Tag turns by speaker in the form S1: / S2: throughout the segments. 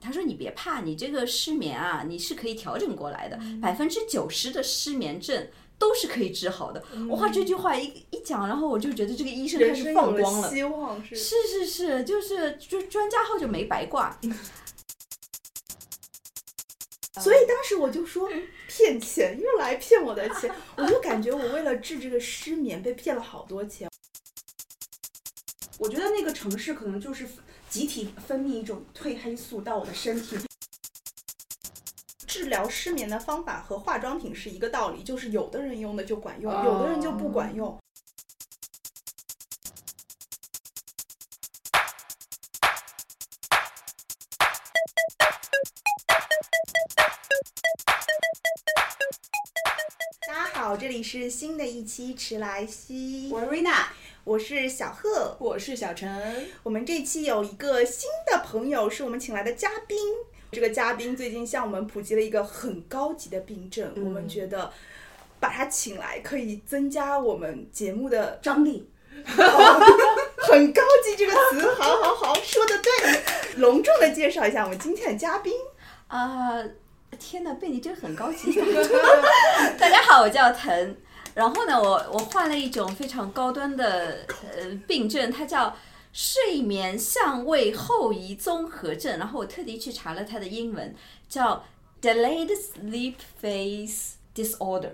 S1: 他说你别怕，你这个失眠啊，你是可以调整过来的，
S2: 嗯
S1: 百分之九十的失眠症。都是可以治好的。哇，这句话一一讲，然后我就觉得这个医生开
S2: 嗯人
S1: 始
S2: 生
S1: 放
S2: 有
S1: 光
S2: 了
S1: 了。
S2: 希望是
S1: 是是是，就是就专家号就没白挂。
S2: 所以当时我就说骗钱，又来骗我的钱，我就感觉我为了治这个失眠被骗了好多钱。
S3: 我觉得那个城市可能就是集体分泌一种褪黑素到我的身体。
S2: 治疗失眠的方法和化妆品是一个道理，就是有的人用的就管用，
S1: 哦
S2: 有的人就不管用。大家好，这里是新的一期迟来兮，
S3: 我是瑞娜，
S2: 我是小贺，
S4: 我是小陈，
S2: 我们这期有一个新的朋友，是我们请来的嘉宾。这个嘉宾最近向我们普及了一个很高级的病症，
S4: 嗯
S2: 我们觉得把他请来可以增加我们节目的
S3: 张力。
S2: 很高级这个词。好好好，说的对。隆重的介绍一下我们今天的嘉宾，
S1: 啊、天哪，被你这个很高 级。大家好，我叫腾。然后呢，我我患了一种非常高端的呃病症，它叫睡眠相位后移综合症。然后我特地去查了它的英文，叫 Delayed Sleep Phase Disorder。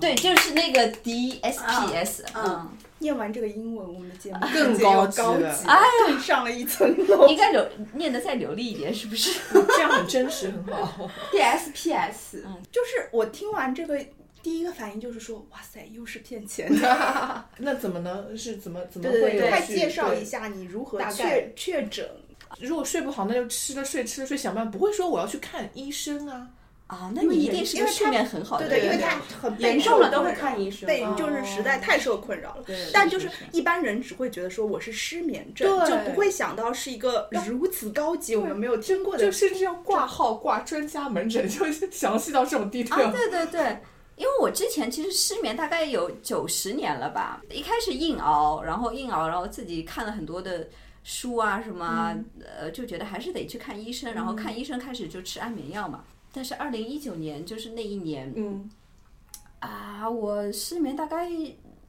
S1: 对，
S2: 哦
S1: 就是那个 DSPS，、嗯，
S2: 啊念完这个英文，我们的节目
S4: 更
S2: 直接又
S4: 高
S2: 高
S4: 级了哎
S2: 级了，更上了一层楼。
S1: 嗯应该流念得再流利一点，是不是？
S4: 这样很真实，很好。
S3: DSPS，
S2: 就是我听完这个，第一个反应就是说，哇塞，又是骗钱的。
S4: 那怎么呢？是怎么怎么
S2: 对
S4: 会
S2: 对
S4: 有
S2: 对，
S4: 去？
S2: 快介绍
S4: 对
S2: 一。下你如何
S4: 大概
S2: 确确诊。
S4: 如果睡不好，那就吃了睡，吃了睡，想办法。不会说我要去看医生啊。
S1: 啊，那你一定是
S2: 因
S1: 个
S2: 为
S1: 睡
S2: 它
S1: 眠很好的
S2: 对
S1: 人。
S2: 对，因为
S4: 对
S2: 他很备
S3: 严
S2: 受
S3: 重了
S2: 困
S3: 都会
S2: 扰
S3: 看医生。
S2: 被
S3: 嗯
S2: 就是实在太受困扰了
S4: 对对。
S2: 但
S1: 是
S2: 就是
S1: 是
S2: 一般人只会觉得说我是失眠症，
S4: 对
S2: 就不会想到是一个如此高级我们没有听过
S4: 就
S2: 的。
S4: 甚至要挂号挂专家门诊，就是详细到这种地步。
S1: 啊，对对对，因为我之前其实失眠大概有九十年了吧，一开始硬熬，然后硬熬，然后自己看了很多的书啊什么啊，呃，就觉得还是得去看医生，然后看医生开始就吃安眠药嘛。但是二零一九年就是那一年
S4: 嗯，
S1: 啊，我失眠大概。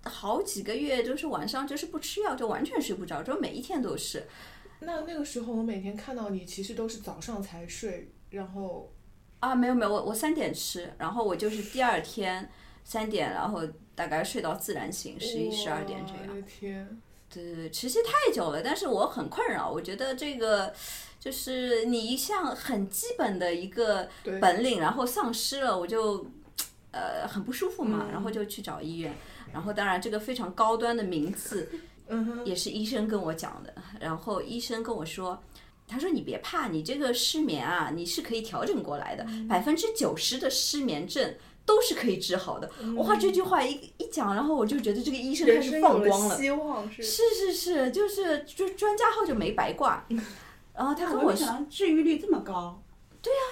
S1: 好几个月，就是晚上就是不吃药就完全睡不着，就每一天都是。
S4: 那那个时候我每天看到你，其实都是早上才睡，然后
S1: 啊，没有没有，我我三点吃，然后我就是第二天三点，然后大概睡到自然醒，十一十二点这样。
S4: 我的天，
S1: 对对对，持续太久了，但是我很困扰。我觉得这个就是你一项很基本的一个
S4: 对
S1: 本领，然后丧失了，我就呃很不舒服嘛，然后就去找医院。然后当然这个非常高端的名字
S4: 嗯哼，
S1: 也是医生跟我讲的，然后医生跟我说。他说：“你别怕，你这个失眠啊，你是可以调整过来的。百分之九十的失眠症都是可以治好的。哇，这句话一一讲，然后我就觉得这个医生开
S2: 人
S1: 始
S2: 生
S1: 放
S2: 有
S1: 光了
S2: 了。希望是
S1: 是是是，就是就专家号就没白挂。然后他
S3: 那
S1: 跟
S3: 我
S1: 我
S3: 没
S1: 说，
S3: 想到治愈率这么高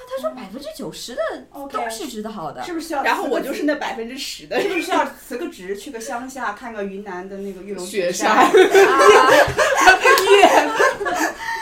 S1: 他说百分之九十的
S3: ，OK，
S1: 都是治得好的。
S3: 是不是需要？
S2: 然后我就是。那百分之十的
S3: 是。不是需要辞个职，去个乡下看个云南的那个玉龙
S4: 雪
S3: 山
S4: 山？
S1: 啊，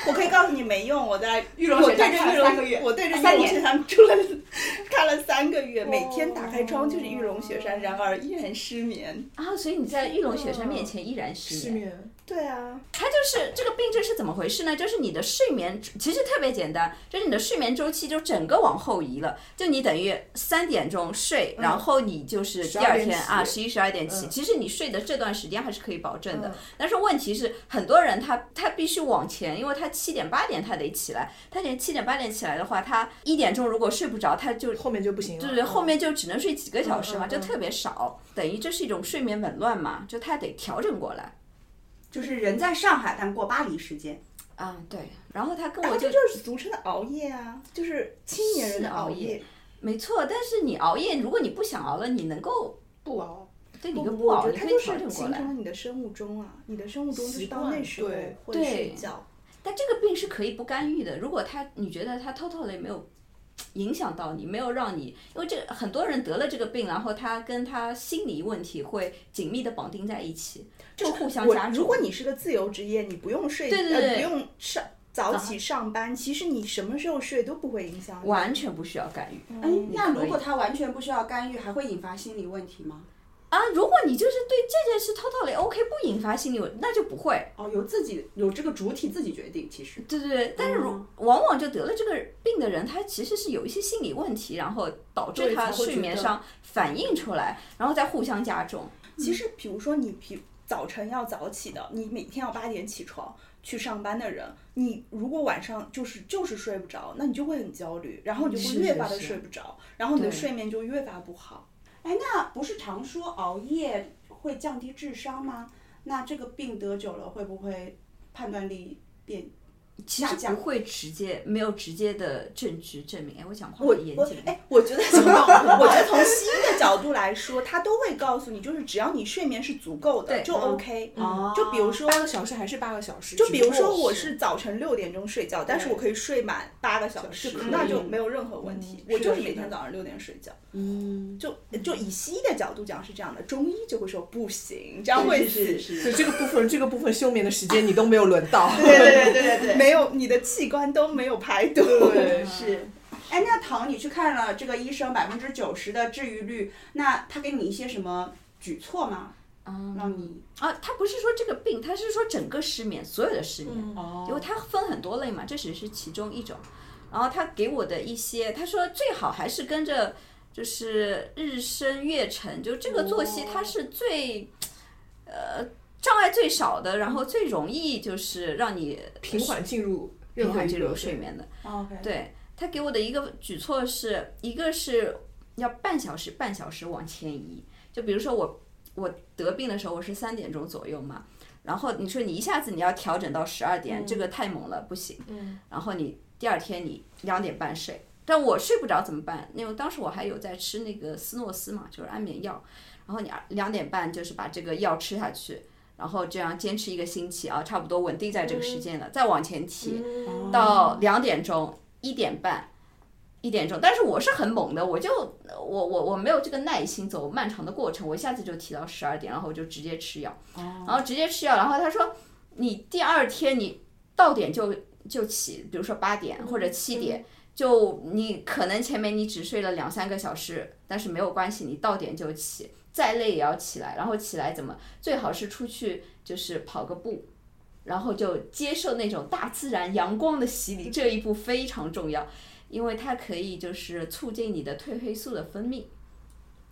S2: 我可以告诉你没用，我在
S3: 玉龙
S2: 我
S3: 雪
S2: 对
S3: 山
S2: 着玉
S3: 看了三个月
S2: 龙，，我对着玉
S3: 三
S2: 龙
S3: 年
S2: 雪山住了 看了三个月，每天打开窗就是玉龙雪山，然而依然失眠。
S1: 啊，所以你在玉龙雪山面前依然失
S4: 失
S1: 眠。
S4: 眠，
S2: 对啊，
S1: 它就是这个病症是怎么回事呢？就是你的睡眠其实特别简单，就是你的睡眠周期就整个往后移了。就你等于三点钟睡，然后你就是第二
S4: 嗯12点
S1: 天
S4: 起
S1: 啊十一十二点起。
S4: 嗯
S1: 其实你睡的这段时间还是可以保证的
S4: 嗯，
S1: 但是问题是，很多人他他必须往前，因为他七点八点他得起来，他连七点八点起来的话，他一点钟如果睡不着，他就
S4: 后面就不行了。
S1: 就是后面就只能睡几个小时嘛，
S4: 嗯嗯嗯
S1: 就特别少，等于这是一种睡眠紊乱嘛，就他得调整过来
S3: 就是人在上海，但过巴黎时间。
S1: 啊，对。然后他跟
S2: 然
S1: 我
S2: 后
S1: 就
S2: 这就是俗称的熬夜啊，就是青年人的
S1: 是熬
S2: 熬
S1: 夜
S2: 夜。
S1: 没错，但是你熬夜，如果你不想熬了，你能够
S4: 不熬，
S1: 对你
S2: 不
S1: 就
S2: 不，我
S1: 熬，
S2: 觉
S1: 你
S2: 得它
S1: 可
S2: 就
S1: 以
S2: 是
S1: 调整过
S2: 形成
S1: 来
S2: 了。你的生物钟啊，你的生物钟就是
S4: 习
S2: 到
S4: 惯
S2: 那时候
S4: 对
S2: 会
S1: 对
S2: 睡觉。
S1: 但这个病是可以不干预的，如果他你觉得他 totally 没有影响到你，没有让你，因为这个很多人得了这个病，然后他跟他心理问题会紧密的绑定在一起，就互相
S2: 我
S1: 加重。
S2: 如果你是个自由职业，你不用睡，
S1: 对对
S2: 呃
S1: 对
S2: 不用上早起上班，其实你什么时候睡都不会影响你。
S1: 完全不需要干预
S2: 嗯
S3: 哎，那
S1: 可
S3: 如
S1: 以
S3: 果他完全不需要干预，还会引发心理问题吗？
S1: 啊。如果你就是对这件事 totally 哎 OK，不引发心理，那就不会。
S3: 哦，由自己有这个主体自己决定，其实。
S1: 对对对，但是如、
S3: 嗯
S1: 往往就得了这个病的人，他其实是有一些心理问题，然后导致
S2: 对
S1: 他
S2: 才会
S1: 睡
S2: 觉
S1: 眠
S2: 得
S1: 上反映出来，然后再互相加重。
S2: 其实，比如说你比早晨要早起的，你每天要八点起床去上班的人，你如果晚上就是就是睡不着，那你就会很焦虑，然后你就会
S1: 是
S2: 越
S1: 是
S2: 发的
S1: 是
S2: 睡不着，然后你的
S1: 对
S2: 睡眠就越发不好。
S3: 哎，那不是常说熬夜会降低智商吗？那这个病得久了会不会判断力变？
S1: 其实
S3: 下降
S1: 不会直接没有直接的证据证明，哎，我讲话
S2: 我
S1: 很严
S2: 我
S1: 谨。
S2: 哎，我觉得从我觉得从西医的角度来说，他都会告诉你，就是只要你睡眠是足够的，
S1: 对
S2: 就
S1: 嗯
S2: OK、
S3: 哦
S2: 就比如说
S4: 八个小时还是八个小时，
S2: 就
S4: 只
S2: 比
S4: 不
S2: 如
S4: 过
S2: 说我是早晨六点钟睡觉，但是
S3: 对
S2: 我可以睡满八个小时
S4: 小时，
S2: 那
S3: 嗯
S2: 就没有任何问题。
S4: 嗯
S2: 我就是是
S4: 的
S2: 每
S4: 是的
S2: 天早上六点睡觉，
S3: 嗯，
S2: 就就以西医的角度讲是这样的，中医就会说不行，这样会死。
S4: 对
S3: 是
S4: 这个部分，这个部分休眠的时间你都没有轮到。
S2: 对对对对对，没有你的器官都没有排毒。
S4: 对
S3: 是。哎，那唐，你去看了这个医生百分之九十的治愈率，那他给你一些什么举措吗？让
S1: 嗯
S3: 你
S1: 啊，他不是说这个病，他是说整个失眠，所有的失眠。
S4: 嗯
S1: 因为
S3: 哦，
S1: 它分很多类嘛，这只是其中一种。然后他给我的一些，他说最好还是跟着就是日升月沉，就这个作息
S3: 哦
S1: 它是最、呃障碍最少的，然后最容易就是让你
S4: 平缓进入任
S1: 平
S4: 何
S1: 缓
S4: 一
S1: 进
S4: 个
S1: 入睡。眠的。
S3: 哦 OK，
S1: 对他给我的一个举措是，一个是要半小时半小时往前移，就比如说我我得病的时候我是三点钟左右嘛，然后你说你一下子你要调整到十二点，这个太猛了，不行。
S4: 嗯，
S1: 然后你第二天你两点半睡，但我睡不着怎么办？因为当时我还有在吃那个斯诺司嘛，就是安眠药，然后你两点半就是把这个药吃下去，然后这样坚持一个星期啊，差不多稳定在这个时间了，再往前提
S2: 嗯
S3: 哦
S1: 到两点钟、一点半。一点钟，但是我是很猛的，我就我我我没有这个耐心走漫长的过程，我一下子就提到十二点，然后我就直接吃药，然后直接吃药，然后他说你第二天你到点就就起，比如说八点或者七点，就你可能前面你只睡了两三个小时，但是没有关系，你到点就起，再累也要起来，然后起来怎么最好是出去就是跑个步。然后就接受那种大自然阳光的洗礼，这一步非常重要，因为它可以就是促进你的褪黑素的分泌，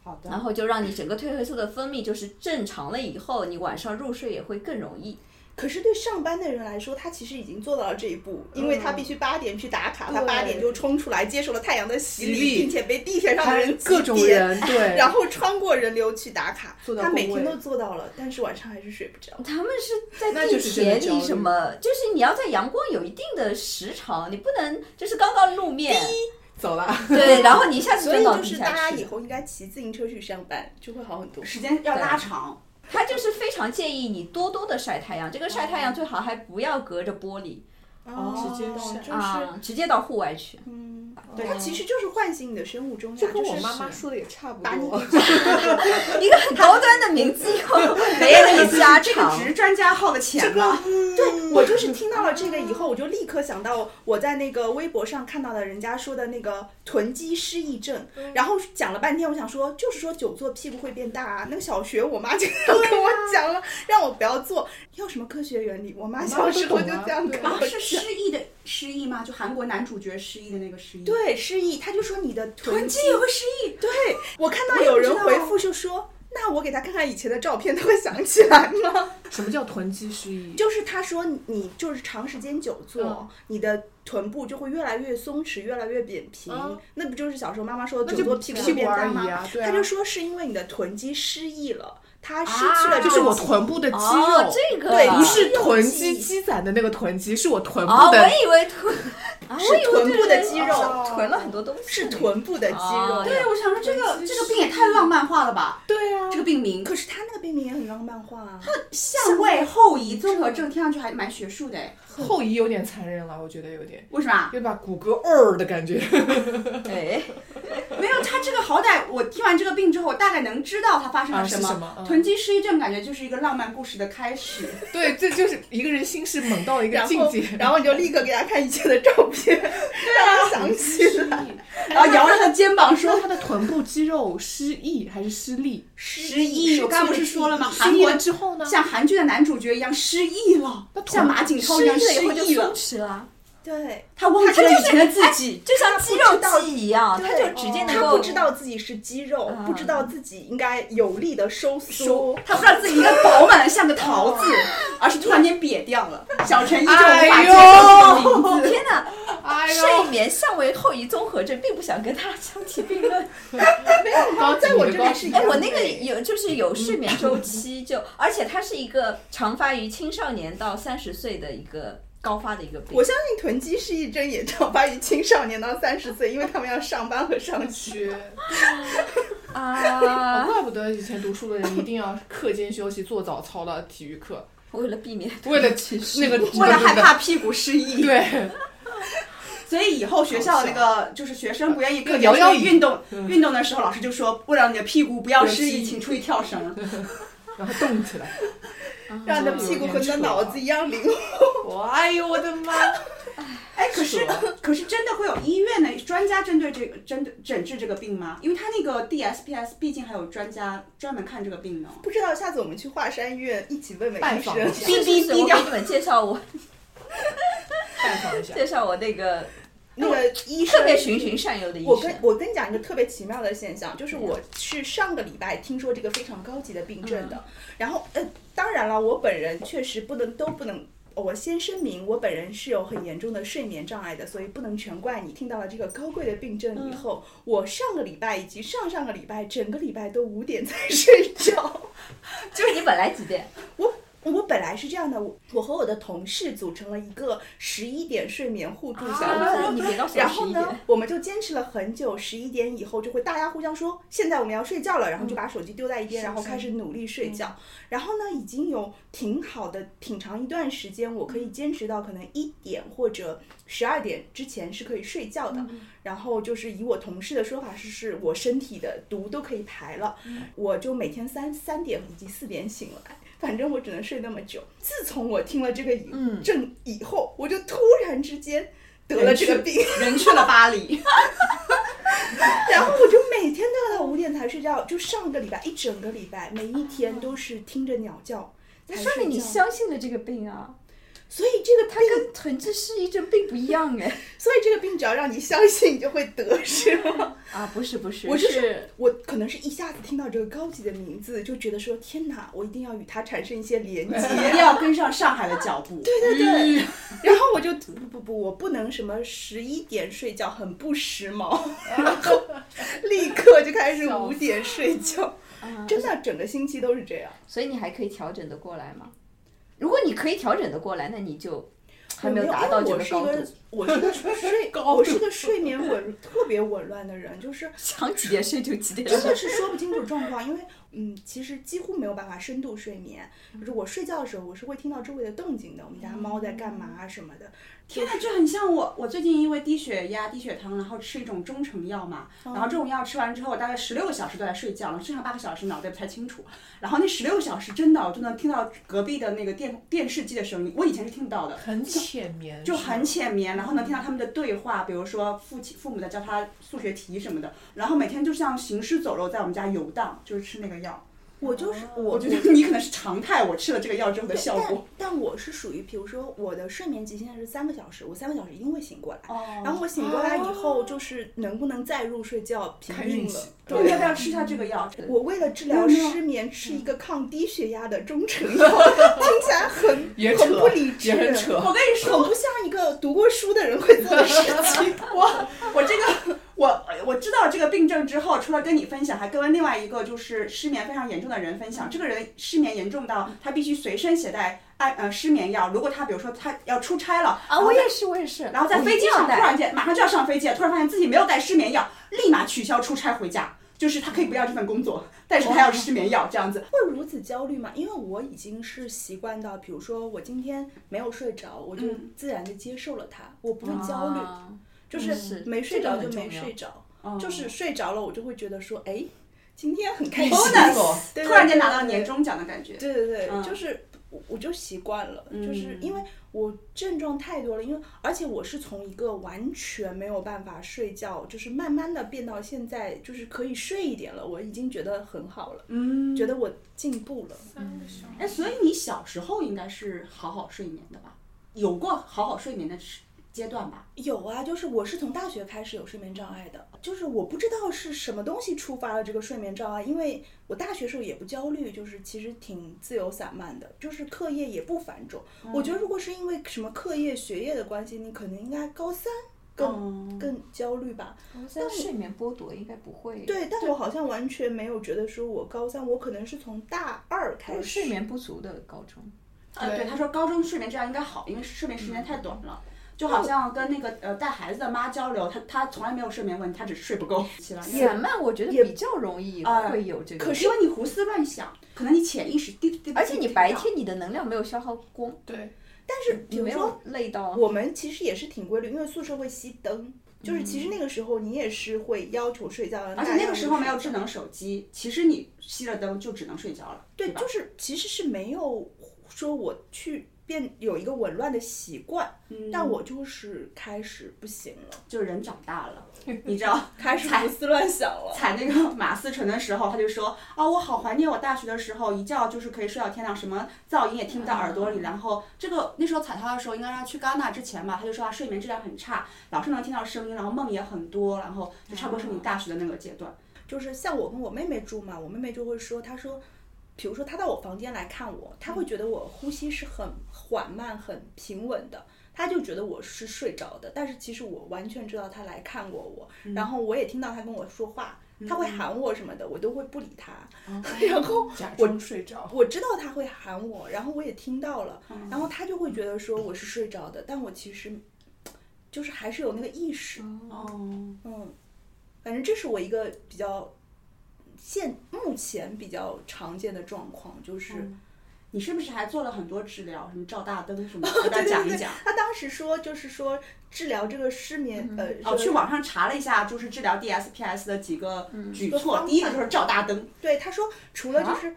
S3: 好的。
S1: 然后就让你整个褪黑素的分泌就是正常了以后，你晚上入睡也会更容易。
S2: 可是对上班的人来说，他其实已经做到了这一步，因为他
S4: 嗯
S2: 必须八点去打卡，他八点就冲出来，接受了太阳的洗
S4: 洗礼
S2: 礼，并且被地铁上的
S4: 还
S2: 人
S4: 有
S2: 挤
S4: 各种
S2: 扁
S4: 人嗯对，
S2: 然后穿过人流去打卡
S4: 做，到
S2: 他每
S4: 工
S2: 天
S4: 位
S2: 都做到了，但是晚上还是睡不着。
S1: 他们是在
S4: 那
S1: 地
S4: 就是真的
S1: 铁
S4: 焦
S1: 里
S4: 虑
S1: 什么？就是你要在阳光有一定的时长，你不能就是刚刚露面，
S4: 走了。
S1: 对，然后你一下子
S2: 所以
S1: 钻到
S2: 就
S1: 地
S2: 是
S1: 下
S2: 大家以
S1: 去。
S2: 后应该骑自行车去上班，就会好很多。
S3: 时间要拉长，
S1: 他就是非常建议你多多的晒太阳，这个晒太阳最好还不要隔着玻璃
S4: 直接
S2: 懂
S4: 晒
S2: 就是、
S1: 啊，直接到户外去。
S2: 嗯，它其实就是唤醒你的生物钟呀，
S4: 就跟
S2: 是
S4: 我妈妈说的也差不
S2: 把你
S4: 多。
S1: 一个很高端的名字 又没有你家
S3: 这个
S1: 常，
S3: 值专家号的钱了。嗯
S2: 对我就是听到了这个以后，我就立刻想到我在那个微博上看到的人家说的那个囤积失忆症，
S3: 嗯
S2: 然后讲了半天，我想说就是说久坐屁股会变大啊。那个小学我妈经常跟我讲了，让我不要坐，要什么科学原理？我妈小时候就这样跟
S3: 啊
S2: 我，
S3: 是
S2: 讲。
S3: 失忆的失忆吗？就韩国男主角失忆的那个失忆。，
S2: 对，失忆，她就说你的囤
S3: 囤
S2: 积
S3: 积也会失忆。
S2: 对我看到
S3: 我也
S2: 有
S3: 不知
S2: 人
S3: 道
S2: 回复就说，那我给他看看以前的照片，他会想起来吗？
S4: 什么叫囤积失忆？
S2: 就是他说你就是长时间久坐，
S4: 嗯
S2: 你的臀部就会越来越松弛，越来越扁平。
S4: 嗯
S2: 那不就是小时候妈妈说的
S4: 那
S2: 久
S4: 就
S2: 坐屁股
S4: 屁
S2: 会
S4: 股
S2: 变
S4: 而
S2: 大
S4: 已
S2: 吗？
S4: 啊对啊
S2: 他就说是因为你的臀肌失忆了，他失去了
S1: 啊
S2: 这
S4: 就是
S2: 个
S4: 我
S2: 肌
S4: 臀部的肌
S1: 哦
S4: 肉，，
S1: 这个
S2: 对
S4: 不
S1: 啊
S4: 是囤
S2: 肌
S4: 积积攒的那个囤积，是我臀
S1: 啊，
S4: 部
S1: 我
S4: 的
S1: 以为突啊，
S2: 是
S1: 我以为
S2: 臀部的
S1: 对
S2: 肌
S1: 对
S2: 肉
S1: 哦囤了很多东西，
S2: 是臀部的肌
S1: 哦
S2: 肉。
S3: 对，我想说这个
S4: 其
S3: 这
S4: 实
S3: 个病也太浪漫化了吧？
S2: 对啊
S3: 这个病名
S2: 可是他那个病名也很浪漫化 啊，
S3: 相位后移综合症，听上去还蛮学术的哎，
S4: 后移有点残忍了，我觉得有点，
S3: 为什么？啊
S4: 有把骨骼二的感觉。
S1: 哎，
S3: 没有，他这个好歹我听完这个病之后，我大概能知道他发生
S4: 啊
S3: 了
S4: 是
S3: 么。
S4: 什么嗯
S3: 囤积失忆症感觉就是一个浪漫故事的开始。
S4: 对，这就是一个人心是猛到一个
S2: 然
S4: 境
S2: 后
S4: 界。
S2: 然后你就立刻给他看以前的照片，让他想 起来。
S3: 然后摇着他的肩膀说
S4: 那他的臀部肌肉失忆还是失力？：“
S3: 失忆，我刚刚不是说了吗？
S4: 失
S3: 韩
S4: 忆
S3: 国
S4: 了之后呢？
S3: 像韩剧的男主角一样失忆了，像马景涛
S1: 吃
S3: 一样
S1: 了
S3: 失
S1: 以后就
S3: 忆
S1: 松
S3: 了，
S1: 弛了，
S2: 对，
S3: 他哎忘记了以前的自己。
S1: 己就像肌肉记忆一样，
S2: 对哦
S1: 他就直接能
S2: 他
S1: 够
S2: 不知道自己是肌肉，
S1: 嗯
S2: 不知道自己应该有力的收缩哦
S3: 说。他不知道自己应该饱满的像个桃子，而是突然间瘪掉了。小陈依旧无法接受这个名字。
S1: 天哪，
S4: 哎
S1: 睡眠相位后移综合症，并不想跟他相提并论。
S4: 高级
S2: 在我
S4: 哦
S2: 这
S4: 你的
S2: 边
S4: 高
S2: 是
S4: 级
S2: 一
S1: 哎，
S2: 样
S1: 我
S2: 的
S1: 那个有就是有睡眠周期就，而且它是一个常发于青少年到三十岁的一个高发的一个病。
S2: 我相信囤积失忆症也常发于青少年到三十岁，因为他们要上班和上学。
S4: 学，
S1: 啊，
S4: 怪不得以前读书的人一定要课间休息做早操了，体育课
S1: 为了避免
S4: 为了
S1: 去世
S4: 那个
S3: 为了害怕屁股失忆，
S4: 对，
S3: 所以以后学校那个就是学生不愿意
S4: 那个
S3: 课
S4: 摇
S3: 间
S4: 摇
S3: 休
S4: 椅
S3: 息运动运动的时候，老师就说为了你的屁嗯股不要失
S4: 对
S3: 忆，请出去跳绳。
S4: 然后动起来，嗯
S2: 让你的屁股和你的脑子一样灵活。
S4: 我哎呦我的妈！
S3: 哎，可是
S4: 是吧
S3: 可是真的会有医院的专家针对这个针对诊治这个病吗？因为他那个 DSPS 毕竟还有专家专门看这个病 呢。
S2: 不知道下次我们去华山医院一起问问
S4: 拜
S2: 医
S4: 访
S2: 生
S4: 一。下
S1: 是
S3: 逼
S1: 是 是
S3: 逼
S1: 我
S3: 掉
S1: 给你们介绍 我
S4: 拜访一下，
S1: 介绍我那个
S2: 那个医生
S1: 特别循循善诱的医
S2: 我
S1: 生
S2: 跟。我跟你讲一个特别奇妙的现象，
S1: 嗯
S2: 就是我是上个礼拜听说这个非常高级的病症
S1: 嗯
S2: 的，然后呃，当然了，我本人确实不能都不能。我先声明，我本人是有很严重的睡眠障碍的，所以不能全怪你。听到了这个高贵的病症以后，
S1: 嗯
S2: 我上个礼拜以及上上个礼拜，整个礼拜都五点才睡觉。
S1: 就是你本来几点？
S2: 我本来是这样的，我我和我的同事组成了一个十一点睡眠互助小组。
S1: 啊你别告诉我
S2: 然后
S1: 11
S2: 呢
S1: 点，
S2: 我们就坚持了很久，十一点以后就会大家互相说，现在我们要睡觉了，然后就把手机丢在一边，然后开始努力睡觉。然后呢，已经有挺好的、挺长一段时间，我可以坚持到可能一点或者十二点之前是可以睡觉的。然后就是以我同事的说法是，是我身体的毒都可以排了，我就每天三三点以及四点醒来。反正我只能睡那么久。自从我听了这个以症以后，我就突然之间得了这个病。
S3: 人去了巴黎，
S2: 然后我就每天都要到五点才睡觉，就上个礼拜一整个礼拜，每一天都是听着鸟叫才
S1: 说
S2: 睡
S1: 明你
S2: 觉。
S1: 相信了这个病啊，
S2: 所以这个
S1: 它
S2: 病，
S1: 跟囤积失忆症并不一样哎。
S2: 所以这个病只要让你相信，你就会得，是吗？
S1: 啊，不是不是，
S2: 我就 是
S1: 是
S2: 我可能是一下子听到这个高级的名字，就觉得说天哪，我一定要与它产生一些连接。
S3: 一 定要跟上上海的脚步。对对
S2: 对，然后我就不不不，我不能什么十一点睡觉，很不时髦，然后立刻就开始五点睡觉，
S1: 啊，
S2: 真的整个星期都是这样。
S1: 所以你还可以调整的过来吗？如果你可以调整的过来，那你就还没有达到这
S2: 我
S1: 个
S2: 是一
S1: 高
S2: 个
S1: 度。
S2: 我是一个睡，我是一个睡眠紊特别紊乱的人，就是
S1: 想几点睡就几点
S2: 真
S1: 睡
S2: 的。是说不清楚状况，因为嗯，其实几乎没有办法深度睡眠。就是我睡觉的时候，我是会听到周围的动静的，我们家猫在干嘛啊什么的。
S3: 天哪，这很像我。我最近因为低血压、低血糖，然后吃一种中成药嘛，然后这种药吃完之后，我大概十六个小时都在睡觉，然后剩下八个小时脑袋不太清楚。然后那十六小时真的，我就能听到隔壁的那个电电视机的声音，我以前是听不到的。
S4: 很浅眠，
S3: 嗯就是
S4: 吧
S3: 很浅眠，然后能听到他们的对话，比如说父亲、父母在教他数学题什么的，然后每天就像行尸走肉在我们家游荡，就是吃那个药。
S2: 我就是我
S3: 我觉得你可能是常态，我吃了这个药之后的
S2: 对
S3: 效果。
S2: 但但我是属于，比如说我的睡眠极限是三个小时，我三个小时一定会醒过来。
S3: 哦
S2: 然后我醒过来以后，就是能不能再入睡觉凭
S4: 看运
S2: 运
S4: 气
S2: 了。
S3: 对，要不要吃下这个药？
S2: 我为了治疗
S3: 没有没有
S2: 失眠吃一个抗低血压的中成 药，听起来很
S4: 也
S2: 很
S4: 扯
S2: 不理智，
S4: 也很扯
S3: 我跟你说，
S2: 很不像一 个读过书的人会做的事情。
S3: 我这个我我知道这个病证之后，除了跟你分享，还跟另外一个就是失眠非常严重的人分享。这个人失眠严重到他必须随身携带安呃失眠药。如果他比如说他要出差了，
S1: 啊，我也是，我也是。
S3: 然后在飞机上突然间马上就要上飞机了，突然发现自己没有带失眠药，立马取消出差回家。就是他可以不要这份工作，但是他要失眠药这样子。
S2: 会如此焦虑吗？因为我已经是习惯到，比如说我今天没有睡着，我就
S3: 嗯啊
S2: 自然的接受了它，我不会焦虑，
S1: 啊
S2: 就是
S1: 是
S2: 没睡
S1: 这
S2: 着
S1: 个
S2: 就
S1: 很
S2: 没
S1: 重要
S2: 睡着，
S3: 嗯
S2: 就是睡着了我就会觉得说，哎，今天很开心，
S3: bonus，
S2: 对
S3: 突然间拿到
S2: 对对
S3: 年终奖的感觉。
S2: 对对对，
S3: 嗯
S2: 就是我我就习惯了，就是
S3: 嗯
S2: 因为我症状太多了，因为而且我是从一个完全没有办法睡觉，就是慢慢的变到现在就是可以睡一点了，我已经觉得很好了，
S3: 嗯
S2: 觉得我进步了。
S4: 三个小
S3: 哎，所以你小时候应该是好好睡眠的吧？有过好好睡眠的时阶段吧？
S2: 有啊，就是我是从大学开始有睡眠障碍的，就是我不知道是什么东西触发了这个睡眠障碍，因为我大学时候也不焦虑，就是其实挺自由散漫的，就是课业也不繁重。我
S3: 嗯
S2: 觉得如果是因为什么课业学业的关系，你可能应该高三更、
S3: 哦
S2: 更焦虑吧。
S1: 但睡眠剥夺应该不会。
S2: 对，但我好像完全没有觉得说我高三，我可能是从大二开始
S1: 睡眠不足的高中，
S3: 呃，对，他说高中睡眠质量应该好，因为睡眠时间太短了。就好像跟那个呃带孩子的妈交流，她她从来没有睡眠问题，她只是睡不够起来。
S1: 散漫我觉得比较容易
S2: 啊
S1: 会有这个。
S3: 可是因为你胡思乱想，可能你潜意识滴滴，
S1: 而且你白天你的能量没有消耗光，
S4: 对，
S2: 但是比
S1: 你
S2: 如
S1: 没
S2: 说
S1: 有累到。
S2: 我们其实也是挺规律，因为宿舍会熄灯，就是其实那个时候你也是会要求睡觉的，
S3: 嗯而且
S2: 大
S3: 那
S2: 量
S3: 个
S2: 地
S3: 时候没有
S2: 睡
S3: 智
S2: 觉
S3: 能手机，其实你熄了灯就只能睡觉了，对
S2: 对，
S3: 吧？
S2: 就是其实是没有说我去变有一个紊乱的习惯，
S3: 嗯
S2: 但我就是开始不行 了，
S3: 就是人长大了，你知道，
S2: 开始胡思乱想了。
S3: 踩那个 马思纯的时候，他就说啊，我好怀念我大学的时候，一觉就是可以睡到天亮，什么噪音也听不到耳朵里。然后这个那时候踩他的时候，应该是他去戛纳之前吧，他就说他睡眠质量很差，老是能听到声音，然后梦也很多，然后就差不多是你大学的那个阶段。
S2: 就是像我跟我妹妹住嘛，我妹妹就会说，她说，比如说她到我房间来看我，她会觉得我呼吸是很缓慢、很平稳的，她就觉得我是睡着的。但是其实我完全知道她来看过我，然后我也听到她跟我说话，
S3: 嗯
S2: 她会喊我什么的，我都会不理她。然后
S4: 假装睡着，
S2: 我知道他会喊我，然后我也听到了，然后他就会觉得说我是睡着的，但我其实就是还是有那个意识，
S3: 哦，
S2: 嗯，反正这是我一个比较现目前比较常见的状况，就是、
S3: 你是不是还做了很多治疗，什么照大灯什么的，给大家讲一讲。
S2: 他当时说就是说治疗这个失眠，呃，
S3: 哦，
S2: 说
S3: 去网上查了一下，就是治疗 DSPS 的几个举
S2: 一个
S3: 措，
S2: 方
S3: 第一个
S2: 法
S3: 就是照大灯，
S2: 对，他说除了就是、
S1: 啊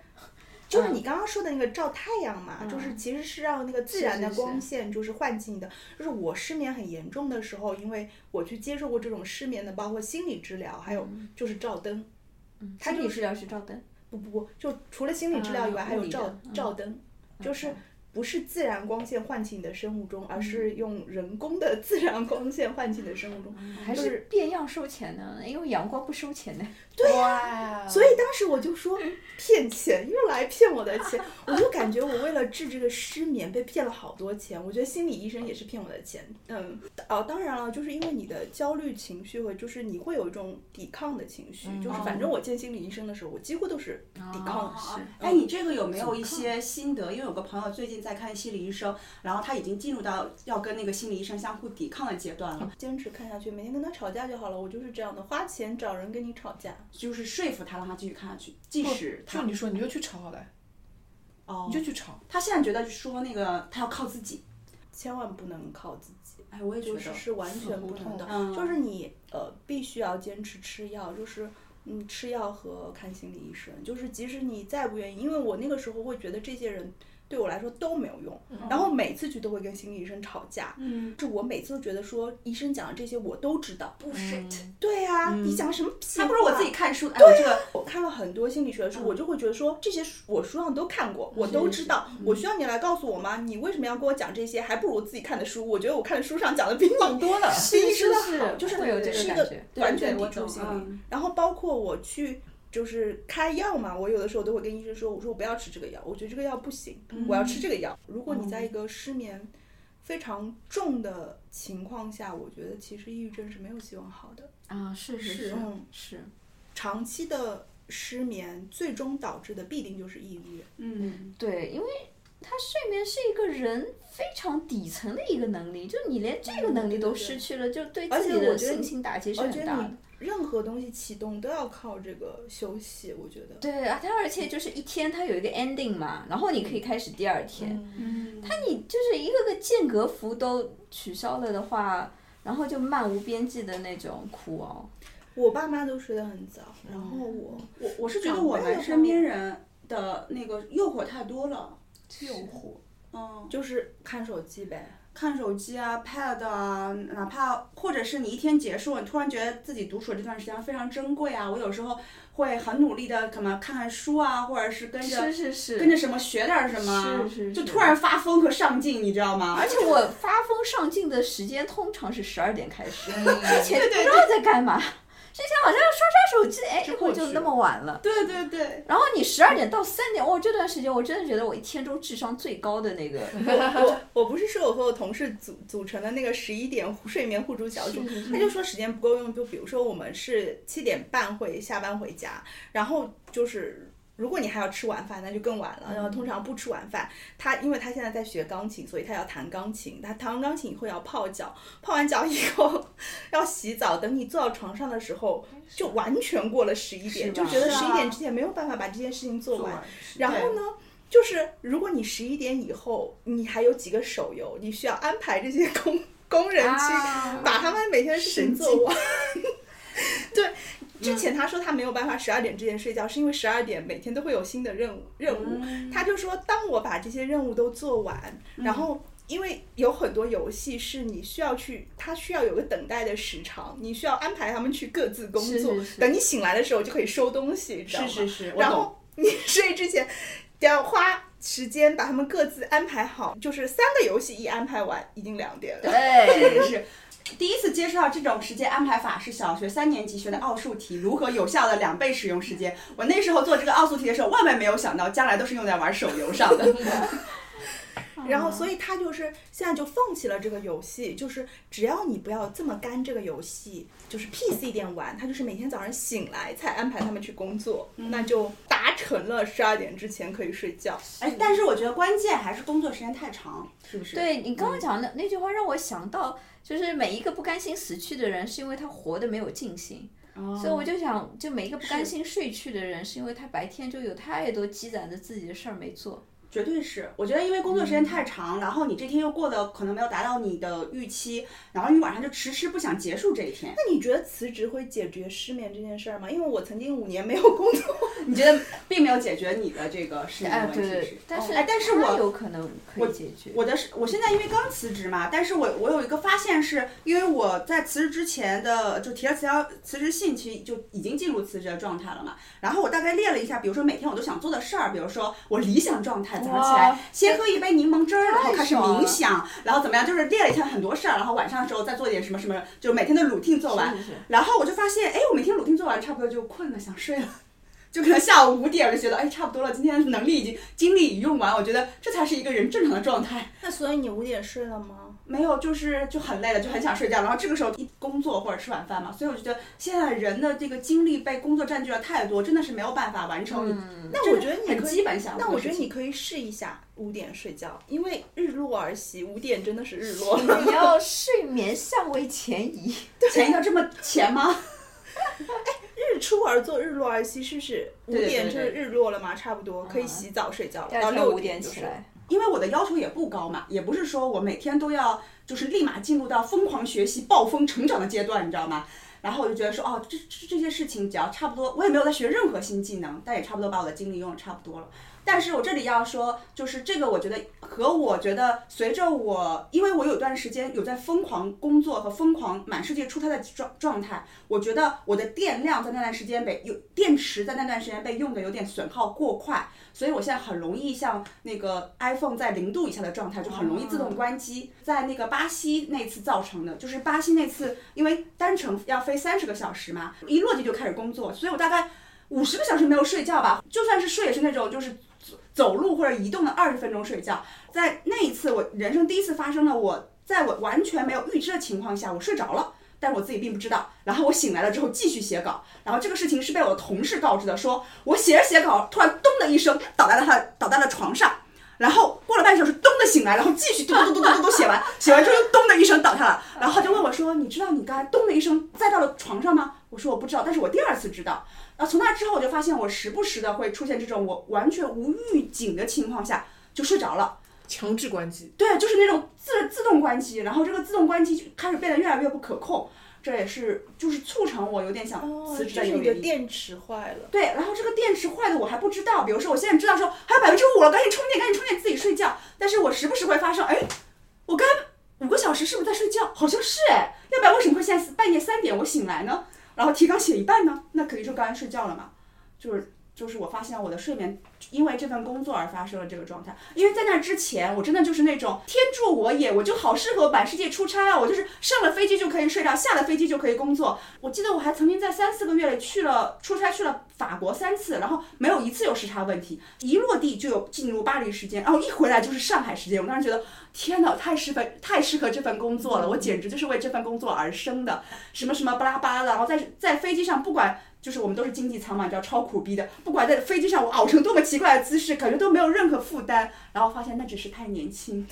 S2: 就是
S1: 嗯
S2: 你刚刚说的那个照太阳嘛，就是其实是让那个自然的
S1: 是是
S2: 光线就是幻境的。就是我失眠很严重的时候，因为我去接受过这种失眠的，包括心理治疗，还有
S1: 嗯
S2: 就是照灯。
S1: 他理治疗是照灯，
S2: 不不不，就除了心理治疗以外，
S1: 啊
S2: 还有
S1: 物理的
S2: 照
S1: 嗯
S2: 照灯，就是不是自然光线唤起你的生物钟，而是用人工的自然光线唤起你的生物钟。
S1: 还嗯是变样收钱呢？因为阳光不收钱的。
S4: 对呀，
S2: 所以哎当时我就说骗钱，又来骗我的钱，我就感觉我为了治这个失眠被骗了好多钱。我觉得心理医生也是骗我的钱。嗯，哦，当然了，就是因为你的焦虑情绪会，就是你会有一种抵抗的情绪，就是反正我见心理医生的时候，我几乎都是抵抗。
S1: 是嗯
S3: 哎，你这个有没有一些心得？因为有个朋友最近在看心理医生，然后他已经进入到要跟那个心理医生相互抵抗的阶段了，
S2: 坚持看下去，每天跟他吵架就好了。我就是这样的，花钱找人跟你吵架。
S3: 就是说服他让他继续看下去，即使
S4: 就
S3: 他
S4: 你说，你就去吵好了，
S3: 哦
S4: 你，就去吵，
S3: 他现在觉得说那个他要靠自己。
S2: 千万不能靠自己，
S3: 哎，我也觉
S2: 就
S3: 得
S2: 是是完全不同的，
S3: 嗯
S2: 就是你呃必须要坚持吃药，就是嗯吃药和看心理医生，就是即使你再不愿意，因为我那个时候会觉得这些人对我来说都没有用，然后每次去都会跟心理医生吵架，
S3: 嗯，
S2: 这我每次都觉得说医生讲的这些我都知道，bullshit，、对呀、你讲什么屁话，
S3: 嗯还不如我自己嗯看书。哎，我这个
S2: 我看了很多心理学的书，我就会觉得说这些书我书上都看过，我都知道，我
S3: 嗯
S2: 需要你来告诉我吗？你为什么要跟我讲这些？还不如我自己看的书，我觉得我看的书上讲的比你更多了，比你知道好，就是
S1: 会有这个
S2: 是一
S1: 感
S2: 个
S1: 觉
S2: 完全
S3: 对
S2: 抵
S3: 我
S2: 触
S3: 懂
S2: 心理
S3: 嗯。
S2: 然后包括我去。就是开药嘛，我有的时候都会跟医生说，我说我不要吃这个药，我觉得这个药不行，
S1: 嗯
S2: 我要吃这个药。如果
S1: 哦
S2: 你在一个失眠非常重的情况下，我觉得其实抑郁症是没有希望好的。
S1: 啊，是是
S2: 嗯
S1: 是，
S2: 长期的失眠最终导致的必定就是抑郁。
S3: 嗯，
S1: 对，因为他睡眠是一个人非常底层的一个能力，就你连这
S2: 嗯
S1: 个能力都失去了，就对
S2: 而
S1: 自
S2: 且
S1: 己
S2: 我
S1: 的
S2: 觉得
S1: 信心打击是
S2: 我
S1: 很
S2: 觉
S1: 大
S2: 得
S1: 的
S2: 你。任何东西启动都要靠这个休息，我觉得。
S1: 对，啊它而且就是一天它有一个 ending 嘛，然后你可以开始第二天。
S3: 嗯，
S1: 那你就是一个个间隔服都取消了的话，然后就漫无边际的那种苦熬。
S2: 我爸妈都睡得很早，然后
S1: 嗯
S2: 我
S3: 我我是觉得我们身边人的那个诱惑太多了，诱惑，嗯，
S2: 就是看手机呗。
S3: 看手机啊、pad 啊，哪怕或者是你一天结束，你突然觉得自己独处这段时间非常珍贵啊，我有时候会很努力的，可能看看书啊，或者是跟着
S1: 是是是，
S3: 跟着什么学点儿什么，
S1: 是是哎
S3: 就是突然发疯和上进，你知道吗？
S1: 而且我发疯上进的时间通常是十二点开始，之前
S3: 对
S1: 不
S3: 对
S1: 知道在干嘛，之前好像刷刷手机，哎，
S4: 就
S1: 一会
S4: 过
S1: 儿
S4: 去
S1: 就
S4: 了
S1: 那么晚了。
S3: 对对对，
S1: 然后你十二点到三点，哦，这段时间我真的觉得我一天中智商最高的那 个，
S2: 我我不是说我和我同事组组成的那个十一点睡眠互助小组
S1: 是是，是
S2: 他就说时间不够用，就比如说我们是七点半会下班回家，然后就是。如果你还要吃晚饭，那就更晚了。然后
S1: 嗯
S2: 通常不吃晚饭，他因为他现在在学钢琴，所以他要弹钢琴。他弹完钢琴以后要泡脚，泡完脚以后 要洗澡。等你坐到床上的时候，就完全过了十一点，
S1: 哎啊是
S2: 就
S1: 吧
S2: 觉得
S3: 是
S2: 十
S3: 啊
S2: 一点之前没有办法把这件事情做完。然
S3: 对
S2: 后呢，就是如果你十一点以后，你还有几个手游，你需要安排这些工工人去
S1: 啊
S2: 把他们每天的事情
S3: 神
S2: 做完。 对，
S1: 嗯
S2: 之前他说他没有办法十二点之前睡觉，是因为十二点每天都会有新的任务任务。
S1: 嗯
S2: 他就说，当我把这些任务都做完，然后。因为有很多游戏是你需要去，它需要有个等待的时长，你需要安排他们去各自工
S1: 是
S2: 作。
S1: 是是
S2: 等你醒来的时候就可以收东西，知道吗？
S3: 是是是，我
S2: 然
S3: 懂。
S2: 后你 睡之前得要花时间把他们各自安排好，就是三个游戏一安排完，已经两点了。
S1: 对，
S3: 是第一次接触到这种时间安排法是小学三年级学的奥数题，如何有效的两倍使用时间。我那时候做这个奥数题的时候，万万没有想到将来都是用在玩手游上 的。
S2: 然后，所以他就是现在就放弃了这个游戏，就是只要你不要这么干这个游戏，就是 peace 一点玩，他就是每天早上醒来才安排他们去工作，
S3: 嗯
S2: 那就达成了十二点之前可以睡觉。
S3: 哎，但是我觉得关键还是工作时间太长，是不是？
S1: 对你
S3: 嗯
S1: 刚刚讲的那句话让我想到，就是每一个不甘心死去的人，是因为他活得没有尽兴。
S3: 哦，
S1: 所以我就想，就每一个不甘
S3: 是
S1: 心睡去的人，是因为他白天就有太多积攒着自己的事儿没做。
S3: 绝对是，我觉得因为工作时间
S1: 嗯
S3: 太长，然后你这天又过得可能没有达到你的预期，然后你晚上就迟迟不想结束这一天。
S2: 那你觉得辞职会解决失眠这件事儿吗？因为我曾经五年没有工作，
S3: 你觉得并没有解决你的这个失眠
S1: 哎，
S3: 问
S1: 对
S3: 题是不
S1: 对
S3: 是，？
S1: 但是
S3: 哎，但是
S1: 他
S3: 我
S1: 有可能可以解决。
S3: 我的是，我现在因为刚辞职嘛，但是我我有一个发现是，因为我在辞职之前的就提了辞条辞职信，其实就已经进入辞职的状态了嘛。然后我大概列了一下，比如说每天我都想做的事儿，比如说我理想状态，早上起来
S1: 哇
S3: 先喝一杯柠檬汁儿，然后开始
S1: 爽了
S3: 冥想，然后怎么样，就是列了一下很多事儿，然后晚上的时候再做点什么什么，就每天的 routine 做完。
S1: 是是是
S3: 然后我就发现，哎，我每天 routine 做完，差不多就困了，想睡了。 就可能下午五点我就觉得，哎，差不多了，今天能力已经精力已用完，我觉得这才是一个人正常的状态。
S2: 那所以你五点睡了吗？
S3: 没有，就是就很累了，就很想睡觉。然后这个时候一工作或者吃晚饭嘛，所以我觉得现在人的这个精力被工作占据了太多，真的是没有办法完成你。
S2: 那我觉得你
S3: 很
S2: 可以
S3: 基本想
S2: 那
S3: 做
S2: 我
S3: 的
S2: 觉
S3: 事
S2: 得
S3: 情
S2: 你可以试一下五点睡觉，因为日落而息，五点真的是日落了。
S1: 你要睡眠相位前移，
S3: 前一段这么前吗？
S2: 日出而作，日落而息，是不是？五
S3: 对对
S2: 点
S3: 对啊
S2: 就是日落了嘛，差不多可以洗澡睡觉了，到
S1: 天
S2: 六
S1: 五点
S2: 就
S1: 起
S2: 是
S1: 来。
S3: 因为我的要求也不高嘛，也不是说我每天都要就是立马进入到疯狂学习、暴风成长的阶段，你知道吗？然后我就觉得说，哦，这这这些事情只要差不多，我也没有在学任何新技能，但也差不多把我的精力用的差不多了。但是我这里要说，就是这个，我觉得和我觉得随着我，因为我有段时间有在疯狂工作和疯狂满世界出差的状状态，我觉得我的电量在那段时间被有电池在那段时间被用的有点损耗过快，所以我现在很容易像那个 iPhone 在零度以下的状态就很容易自动关机。在那个巴西那次造成的，就是巴西那次因为单程要飞三十个小时嘛，一落地就开始工作，所以我大概五十个小时没有睡觉吧，就算是睡也是那种就是走走路或者移动的二十分钟睡觉。在那一次我人生第一次发生了我在我完全没有预知的情况下我睡着了。但但是我自己并不知道。然后我醒来了之后继续写稿，然后这个事情是被我的同事告知的，说我写着写稿，突然咚的一声倒在了他倒在了床上。然后过了半小时，咚的醒来，然后继续嘟嘟嘟嘟嘟嘟嘟写完，写完之后又咚的一声倒下了。然后他就问我说：“你知道你刚才咚的一声栽到了床上吗？”我说：“我不知道，但是我第二次知道。”然后从那之后，我就发现我时不时的会出现这种我完全无预警的情况下就睡着了。
S4: 强制关机。
S3: 对，就是那种自自动关机，然后这个自动关机就开始变得越来越不可控，这也是就是促成我有点想
S2: 哦，
S3: 辞职
S2: 这
S3: 的一
S2: 是
S3: 个
S2: 你的
S3: 原因。
S2: 电池坏了。
S3: 对，然后这个电池坏的我还不知道，比如说我现在知道说还有百分之五了，赶紧充电，赶紧充电，自己睡觉。但是我时不时会发生，哎，我刚五个小时是不是在睡觉？好像是哎，要不然为什么会现在半夜三点我醒来呢？然后提纲写一半呢，那肯定就刚才睡觉了嘛。就是就是我发现我的睡眠因为这份工作而发生了这个状态，因为在那之前我真的就是那种天助我也，我就好适合满世界出差啊，我就是上了飞机就可以睡觉，下了飞机就可以工作。我记得我还曾经在三四个月里去了出差去了法国三次，然后没有一次有时差问题，一落地就有进入巴黎时间，然后一回来就是上海时间。我当时觉得天哪，太适合太适合这份工作了，我简直就是为这份工作而生的。什么什么巴拉巴拉的，然后在在飞机上，不管就是我们都是经济舱嘛，你知道超苦逼的，不管在飞机上我熬成多么奇怪的姿势，感觉都没有任何负担，然后发现那只是太年轻，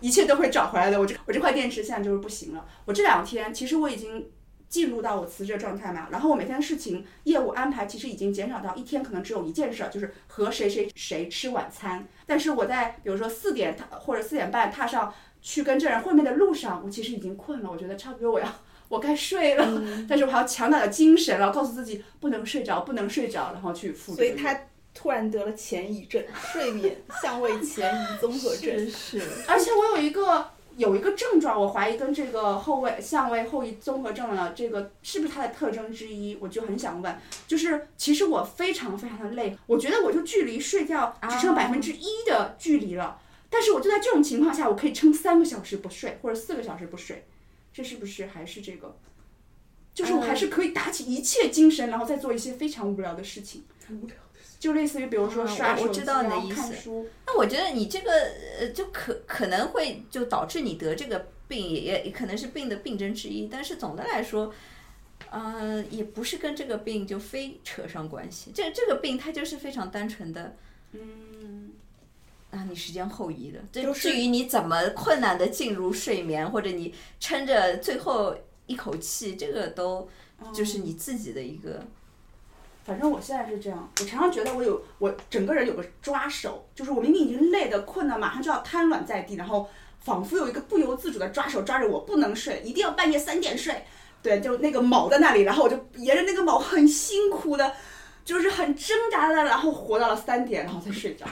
S3: 一切都会找回来的。我这我这块电池现在就是不行了。我这两天其实我已经进入到我辞职的状态嘛，然后我每天的事情业务安排其实已经减少到一天可能只有一件事儿，就是和谁谁谁吃晚餐。但是我在比如说四点踏或者四点半踏上去跟这人会面的路上，我其实已经困了，我觉得差不多我要。我该睡了，但是我还要强打着精神，然后告诉自己不能睡着，不能睡着，然后去复。
S2: 所以他突然得了前移症，睡眠 相位前移综合症。
S4: 是，
S3: 而且我有一个有一个症状，我怀疑跟这个后位相位后移综合症了，这个是不是它的特征之一？我就很想问，就是其实我非常非常的累，我觉得我就距离睡觉只剩百分之一的距离了，但是我就在这种情况下，我可以撑三个小时不睡，或者四个小时不睡，这是不是还是这个？就是我还是可以打起一切精神，然后再做一些非常无聊的事情，就类似于比如说
S1: 嗯
S3: 刷
S1: 我
S3: 手
S1: 我
S3: 机、
S1: 知道你的
S3: 然后
S1: 意
S3: 看
S1: 思
S3: 书，
S1: 那我觉得你这个呃，就可可能会就导致你得这个病，也也也可能是病的病症之一。但是总的来说，呃，也不是跟这个病就非扯上关系。这这个病它就是非常单纯的
S3: 嗯。
S1: 啊，你时间后移了。这
S2: 就是
S1: 至于你怎么困难的进入睡眠，或者你撑着最后一口气，这个都
S2: 嗯
S1: 就是你自己的一个。
S3: 反正我现在是这样，我常常觉得我有我整个人有个抓手，就是我明明已经累得困得马上就要瘫软在地，然后仿佛有一个不由自主的抓手抓着我，不能睡，一定要半夜三点睡。对，就那个卯在那里，然后我就沿着那个卯很辛苦的，就是很挣扎的，然后活到了三点，然后才睡着。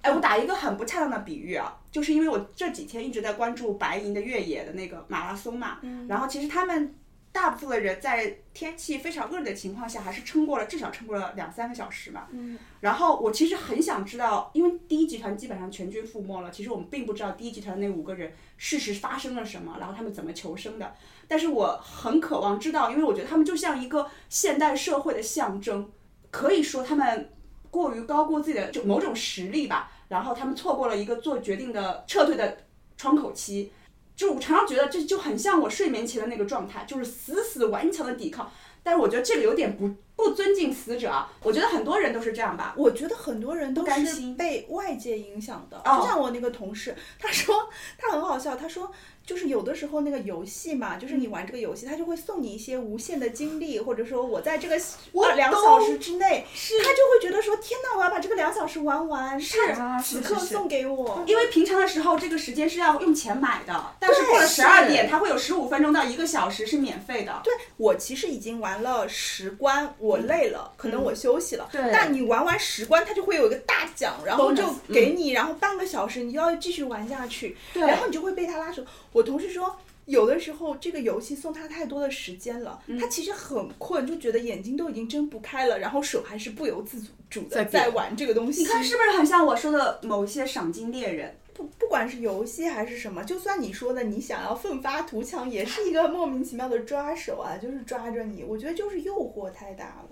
S3: 哎，我打一个很不恰当的比喻啊，就是因为我这几天一直在关注白银的越野的那个马拉松嘛，然后其实他们大部分的人在天气非常恶劣的情况下，还是撑过了至少撑过了两三个小时嘛。
S2: 嗯。
S3: 然后我其实很想知道，因为第一集团基本上全军覆没了，其实我们并不知道第一集团那五个人事实发生了什么，然后他们怎么求生的。但是我很渴望知道，因为我觉得他们就像一个现代社会的象征，可以说他们过于高估自己的就某种实力吧，然后他们错过了一个做决定的撤退的窗口期。就我常常觉得这就很像我睡眠前的那个状态，就是死死顽强的抵抗。但是我觉得这个有点不不尊敬死者啊，我觉得很多人都是这样吧。
S2: 我觉得很多人都
S3: 不甘
S2: 是
S3: 心
S2: 被外界影响的，
S3: 哦
S2: 就像我那个同事，他说他很好笑，他说就是有的时候那个游戏嘛，就是
S3: 嗯
S2: 你玩这个游戏，他就会送你一些无限的精力，或者说我在这个
S3: 我
S2: 两
S3: 懂
S2: 小时之内，
S3: 是
S2: 他就会觉得说天呐，我要把这个两小时玩完，是
S1: 啊
S2: 此
S1: 是
S2: 刻
S1: 是是
S2: 送给我，
S3: 因为平常的时候，这个时间是要用钱买的，但是
S2: 对
S3: 过了
S2: 是
S3: 十二点，它会有十五分钟到一个小时是免费的。
S2: 对我其实已经玩了十关，我
S3: 嗯
S2: 累了，可能我休息了。
S1: 对
S2: 但你玩完十关，它就会有一个大奖，然后
S3: Bonus，嗯
S2: 就给你，然后半个小时你就要继续玩下去，
S3: 对
S2: 然后你就会被他拉手。我同事说。有的时候，这个游戏送他太多的时间了，
S3: 嗯
S2: 他其实很困，就觉得眼睛都已经睁不开了，然后手还是不由自主的
S4: 在
S2: 在
S4: 比
S2: 玩这个东西。
S3: 你看是不是很像我说的某些赏金猎人？
S2: 不不管是游戏还是什么，就算你说的你想要奋发图强，也是一个莫名其妙的抓手啊，就是抓着你。我觉得就是诱惑太大了。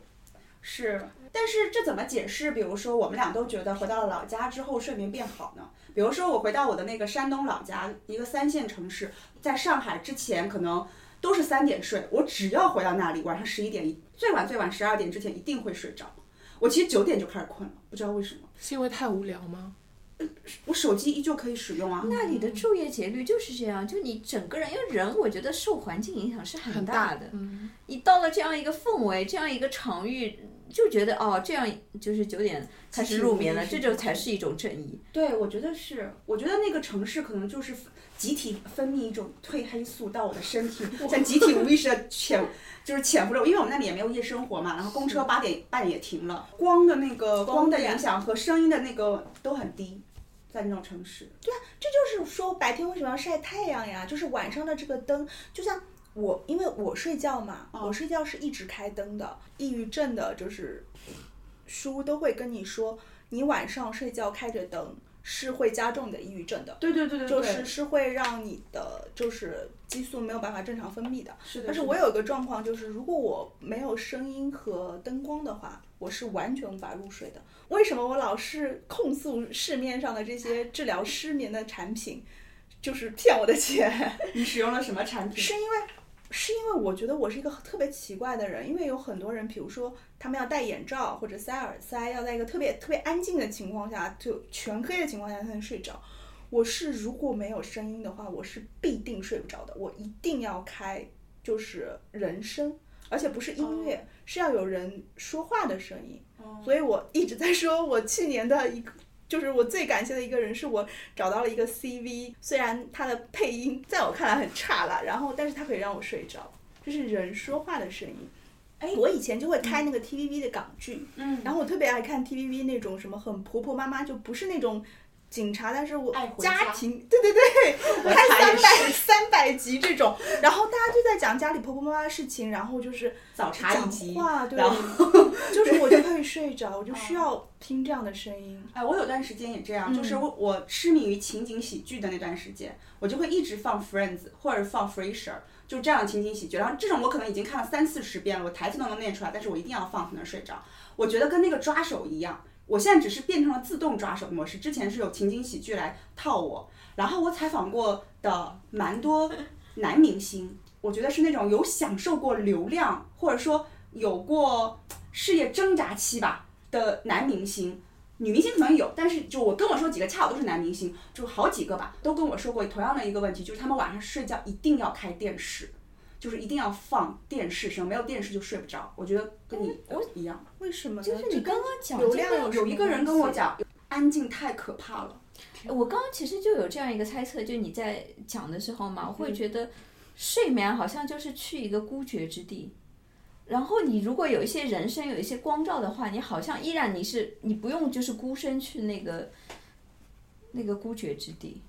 S3: 是，但是这怎么解释？比如说，我们俩都觉得回到了老家之后睡眠变好呢？比如说，我回到我的那个山东老家，一个三线城市，在上海之前可能都是三点睡，我只要回到那里，晚上十一点最晚最晚十二点之前一定会睡着。我其实九点就开始困了，不知道为什么。
S4: 是因为太无聊 吗？
S3: 我手机依旧可以使用啊。
S1: 那你的昼夜节律就是这样，就你整个人，因为人我觉得受环境影响是很大的。
S4: 嗯，
S1: 你到了这样一个氛围，这样一个场域，就觉得哦，这样就是九点开始入眠了，这就才是一种正义。
S3: 对，我觉得是，我觉得那个城市可能就是集体分泌一种褪黑素到我的身体，像集体无意识的潜，就是潜伏着我。因为我们那里也没有夜生活嘛，然后公车八点半也停了，光的那个光的影响和声音的那个都很低，在那种城市。
S2: 这就是说白天为什么要晒太阳呀？就是晚上的这个灯，就像我，因为我睡觉嘛，
S3: 哦
S2: 我睡觉是一直开灯的。抑郁症的就是书都会跟你说，你晚上睡觉开着灯是会加重你的抑郁症的，
S3: 对对对对对，
S2: 就是是会让你的就是激素没有办法正常分泌的。
S3: 是的。
S2: 但是
S3: 的
S2: 我有一个状况，就是如果我没有声音和灯光的话，我是完全无法入睡的。为什么我老是控诉市面上的这些治疗失眠的产品，就是骗我的钱？
S3: 你使用了什么产品？
S2: 是因为是因为我觉得我是一个特别奇怪的人，因为有很多人，比如说他们要戴眼罩或者塞耳塞，要在一个特别特别安静的情况下，就全黑的情况下才能睡着。我是如果没有声音的话，我是必定睡不着的，我一定要开就是人声。而且不是音乐是要有人说话的声音。所以我一直在说，我去年的一个，就是我最感谢的一个人，是我找到了一个 CV，虽然他的配音在我看来很差啦，然后但是他可以让我睡着，就是人说话的声音。哎，我以前就会开那个 TVB 的港剧，
S3: 嗯，
S2: 然后我特别爱看 TVB 那种什么很婆婆妈妈，就不是那种警察，但是我
S3: 爱回家
S2: 家 庭，对对对，拍三 百三百集这种，然后大家就在讲家里婆婆妈妈的事情，然后就是
S3: 早茶一集
S2: 讲话，对
S3: 然，
S2: 就是我就可以睡着，我就需要听这样的声音。
S3: 哎，我有段时间也这样，就是我我痴迷于情景喜剧的那段时间，我就会一直放 Friends 或者放 Frasier，就这样的情景喜剧。然后这种我可能已经看了三四十遍了，我台词都能念出来，但是我一定要放才能睡着。我觉得跟那个抓手一样，我现在只是变成了自动抓手模式，之前是有情景喜剧来套我。然后我采访过的蛮多男明星，我觉得是那种有享受过流量，或者说有过事业挣扎期吧的男明星。女明星可能有，但是就我跟我说几个，恰好都是男明星，就好几个吧，都跟我说过同样的一个问题，就是他们晚上睡觉一定要开电视，就是一定要放电视声，没有电视就睡不着。我觉得跟你
S1: 我
S3: 一样。
S2: 为什么呢？
S1: 就是你刚刚讲
S2: 流
S1: 这
S2: 量
S1: 个
S2: 有
S3: 有一个人跟我讲，安静太可怕了。
S1: 我刚刚其实就有这样一个猜测，就你在讲的时候嘛，我
S4: 嗯
S1: 会觉得睡眠好像就是去一个孤绝之地。然后你如果有一些人声，有一些光照的话，你好像依然你是你不用就是孤身去那个那个孤绝之地。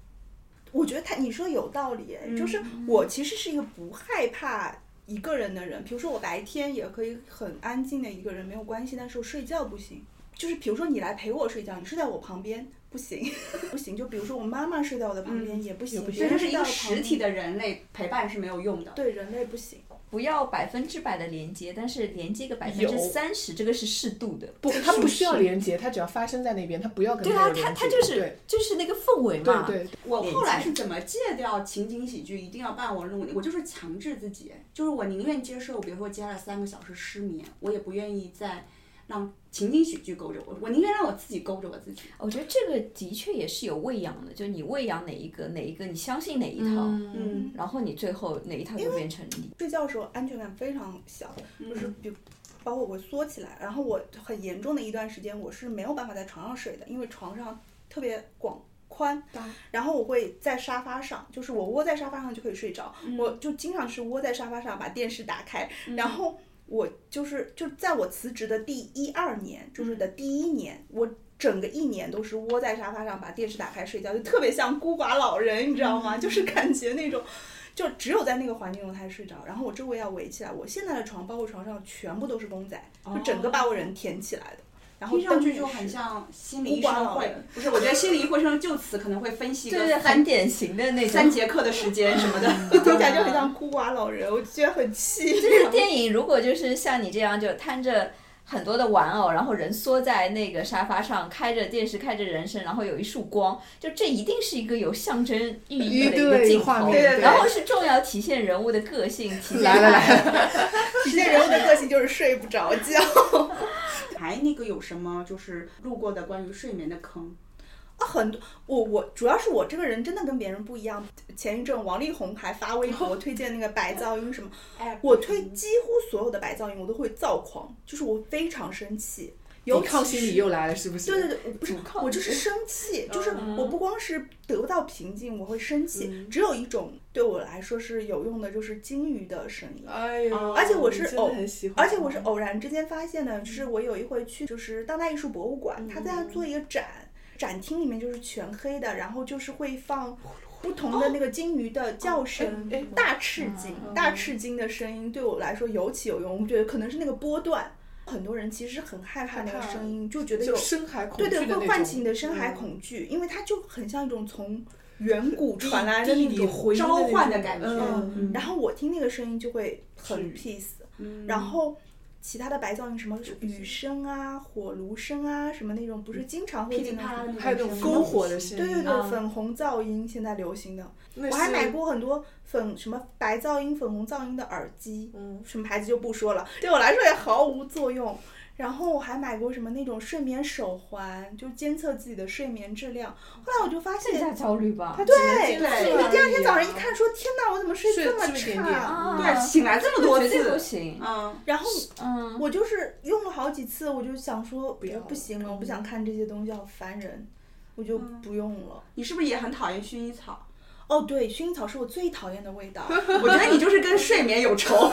S2: 我觉得他你说有道理耶，就是
S3: 嗯
S2: 我其实是一个不害怕一个人的人，比如说我白天也可以很安静的一个人没有关系，但是我睡觉不行。就是比如说你来陪我睡觉，你睡在我旁边不行， 不行。就比如说我妈妈睡在我的旁
S3: 嗯
S2: 边、也不行，
S4: 也不行
S2: 别
S3: 这就
S2: 人睡在我
S3: 是一个
S2: 旁
S3: 实
S2: 边
S3: 体的人类陪伴是没有用的。
S2: 对人类不行。
S1: 不要百分之百的连接，但是连接个百分之三十，这个是适度的。
S4: 不，它不需要连接，它只要发生在那边，它不要跟
S1: 对
S4: 那
S1: 啊，它
S4: 个连
S1: 它
S4: 接
S1: 就是
S4: 对
S1: 就是那个氛围嘛。
S4: 对对，
S3: 我
S1: 眼
S3: 后来
S1: 睛
S3: 是怎么戒掉情景喜剧一定要伴我入？我就是强制自己，就是我宁愿接受，比如说接下来三个小时失眠，我也不愿意再让情景喜剧勾着我，我宁愿让我自己勾着我自己。
S1: 我觉得这个的确也是有喂养的，就你喂养哪一个哪一个，你相信哪一套，
S3: 嗯，
S1: 然后你最后哪一套就变成你。
S2: 睡觉的时候安全感非常小，就是
S3: 嗯
S2: 比把我会缩起来。然后我很严重的一段时间，我是没有办法在床上睡的，因为床上特别广宽
S4: 大，
S2: 然后我会在沙发上，就是我窝在沙发上就可以睡着，
S3: 嗯
S2: 我就经常是窝在沙发上把电视打开，然后。我就是就在我辞职的第一二年，
S3: 嗯
S2: 就是的第一年，我整个一年都是窝在沙发上，把电视打开睡觉，就特别像孤寡老人，你知道
S3: 嗯
S2: 吗？就是感觉那种，就只有在那个环境中才睡着。然后我周围要围起来，我现在的床包括床上全部都是公仔，就整个把我人填起来的。然后
S3: 哦听上
S2: 灯
S3: 去
S2: 也
S3: 就是 很像心理
S2: 孤
S3: 医
S2: 寡
S3: 生
S2: 老
S3: 会
S2: 人，
S3: 不是？我觉得心理医生就此可能会分析一
S1: 对对，
S3: 个
S1: 很
S3: 三
S1: 典型的那
S3: 三
S1: 种。
S3: 节课的时间什么的。
S2: 听起来
S3: 嗯
S2: 就很像孤寡老人，我就觉得很气。
S1: 就是电影，如果就是像你这样就摊着很多的玩偶，然后人缩在那个沙发上，开着电视，开着人声，然后有一束光，就这一定是一个有象征寓意的一个
S5: 对
S1: 镜
S5: 画
S1: 头，
S5: 面
S2: 对
S1: 然后是重要体现人物的个性，体现
S5: 来了来
S1: 他
S2: 体现人物的个性就是睡不着觉。
S3: 还那个有什么就是路过的关于睡眠的坑？
S2: 啊，很多 我我主要是我这个人真的跟别人不一样。前一阵王力宏还发微博推荐那个白噪音什么，
S3: 哎
S2: 我推几乎所有的白噪音我都会躁狂，就是我非常生气，尤
S5: 有
S2: 其
S5: 抗心理
S2: 是
S5: 又来了，是不是？嗯
S2: 对对对，我不是
S5: 主
S2: 我就是生气，就是我不光是得不到平静，我会生气。只有一种对我来说是有用的，就是鲸鱼的声音。
S5: 哎呦，
S2: 哦而且我
S5: 你
S2: 是
S5: 真的
S2: 偶
S5: 很喜欢，
S2: 而且我是偶然之间发现的，就是我有一回去就是当代艺术博物
S5: 嗯
S2: 馆，它在做一个展，展厅里面就是全黑的，然后就是会放不同的那个鲸鱼的叫声，
S5: 哎哎嗯
S2: 大赤鲸，大赤鲸的声音对我来说尤其有用，我觉得可能是那个波段，很多人其实很害怕那个声音，就觉得有
S5: 就深海恐
S2: 对
S5: 惧的
S2: 对
S5: 那种，
S2: 会唤起你的深海恐惧，因为它就很像一种从远古传来的
S5: 嗯地
S2: 那
S5: 理
S2: 种。
S5: 回音
S3: 召
S5: 那
S3: 唤
S5: 种
S3: 的感觉。
S5: 嗯
S2: 然后我听那个声音就会很 peace，
S3: 嗯
S2: 然后其他的白噪音，什么雨声啊、火炉声啊，什么那种不是经常会
S3: 噼里
S2: 听到
S3: 啪啦
S2: 吗。
S3: 的那
S5: 嗯
S3: 种声音，
S5: 还有那种篝火的声
S2: 对嗯对
S5: 音，
S2: 对，粉红噪音现在流行的，
S5: 那
S2: 我还
S5: 是
S2: 买过很多粉什么白噪音、粉红噪音的耳机，
S5: 嗯，
S2: 什么牌子就不说了，对我来说也毫无作用。然后我还买过什么那种睡眠手环，就监测自己的睡眠质量。后来我就发
S1: 更
S2: 现，
S1: 加焦虑吧。
S2: 对，
S3: 对
S2: 你第二天早上一看说，天哪，我怎么睡
S5: 睡
S2: 这么
S5: 这么一点点
S2: 差？
S1: 啊，
S3: 对，醒来这么多
S1: 绝对不
S3: 次，
S1: 行。
S3: 嗯，
S2: 然后
S1: 嗯，
S2: 我就是用了好几次，我就想说
S5: 不要
S2: 我
S5: 了嗯
S2: 不行了，我不想看这些东西，好烦人，我就不用了。
S3: 你是不是也很讨厌薰衣草？
S2: 哦，对，薰衣草是我最讨厌的 味道，就
S3: 我觉得你就是跟睡眠有仇。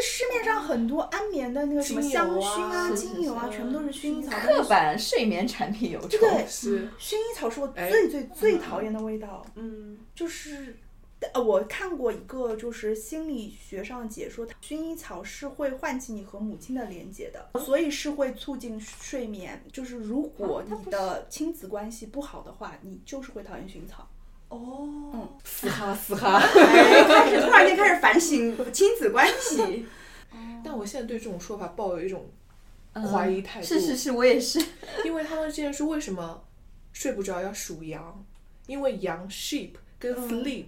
S2: 是市面上很多安眠的那个什么
S5: 精油啊
S2: 香薰啊、
S5: 是
S1: 是
S2: 精油啊，
S5: 是
S2: 全部都是薰衣草。
S1: 刻板睡眠产品有
S2: 对
S1: 仇。
S2: 对，
S5: 是
S2: 薰衣草是我
S5: 哎
S2: 最最最讨厌的味道，
S3: 嗯，
S2: 就是。呃，我看过一个就是心理学上的解说，薰衣草是会唤起你和母亲的连接的，所以是会促进睡眠。就是如
S1: 哦
S2: 果你的亲子关系不好的话，你就是会讨厌薰衣草。嗯
S3: 哦，
S5: 嘶哈嘶哈，
S3: 哎开始突然间开始反省亲子关系。
S4: 但我现在对这种说法抱有一种
S1: 嗯
S4: 怀疑态度，
S1: 是是是，我也是。
S4: 因为他们之前说为什么睡不着要数羊，因为羊 sheep 跟
S1: 嗯
S4: sleep，、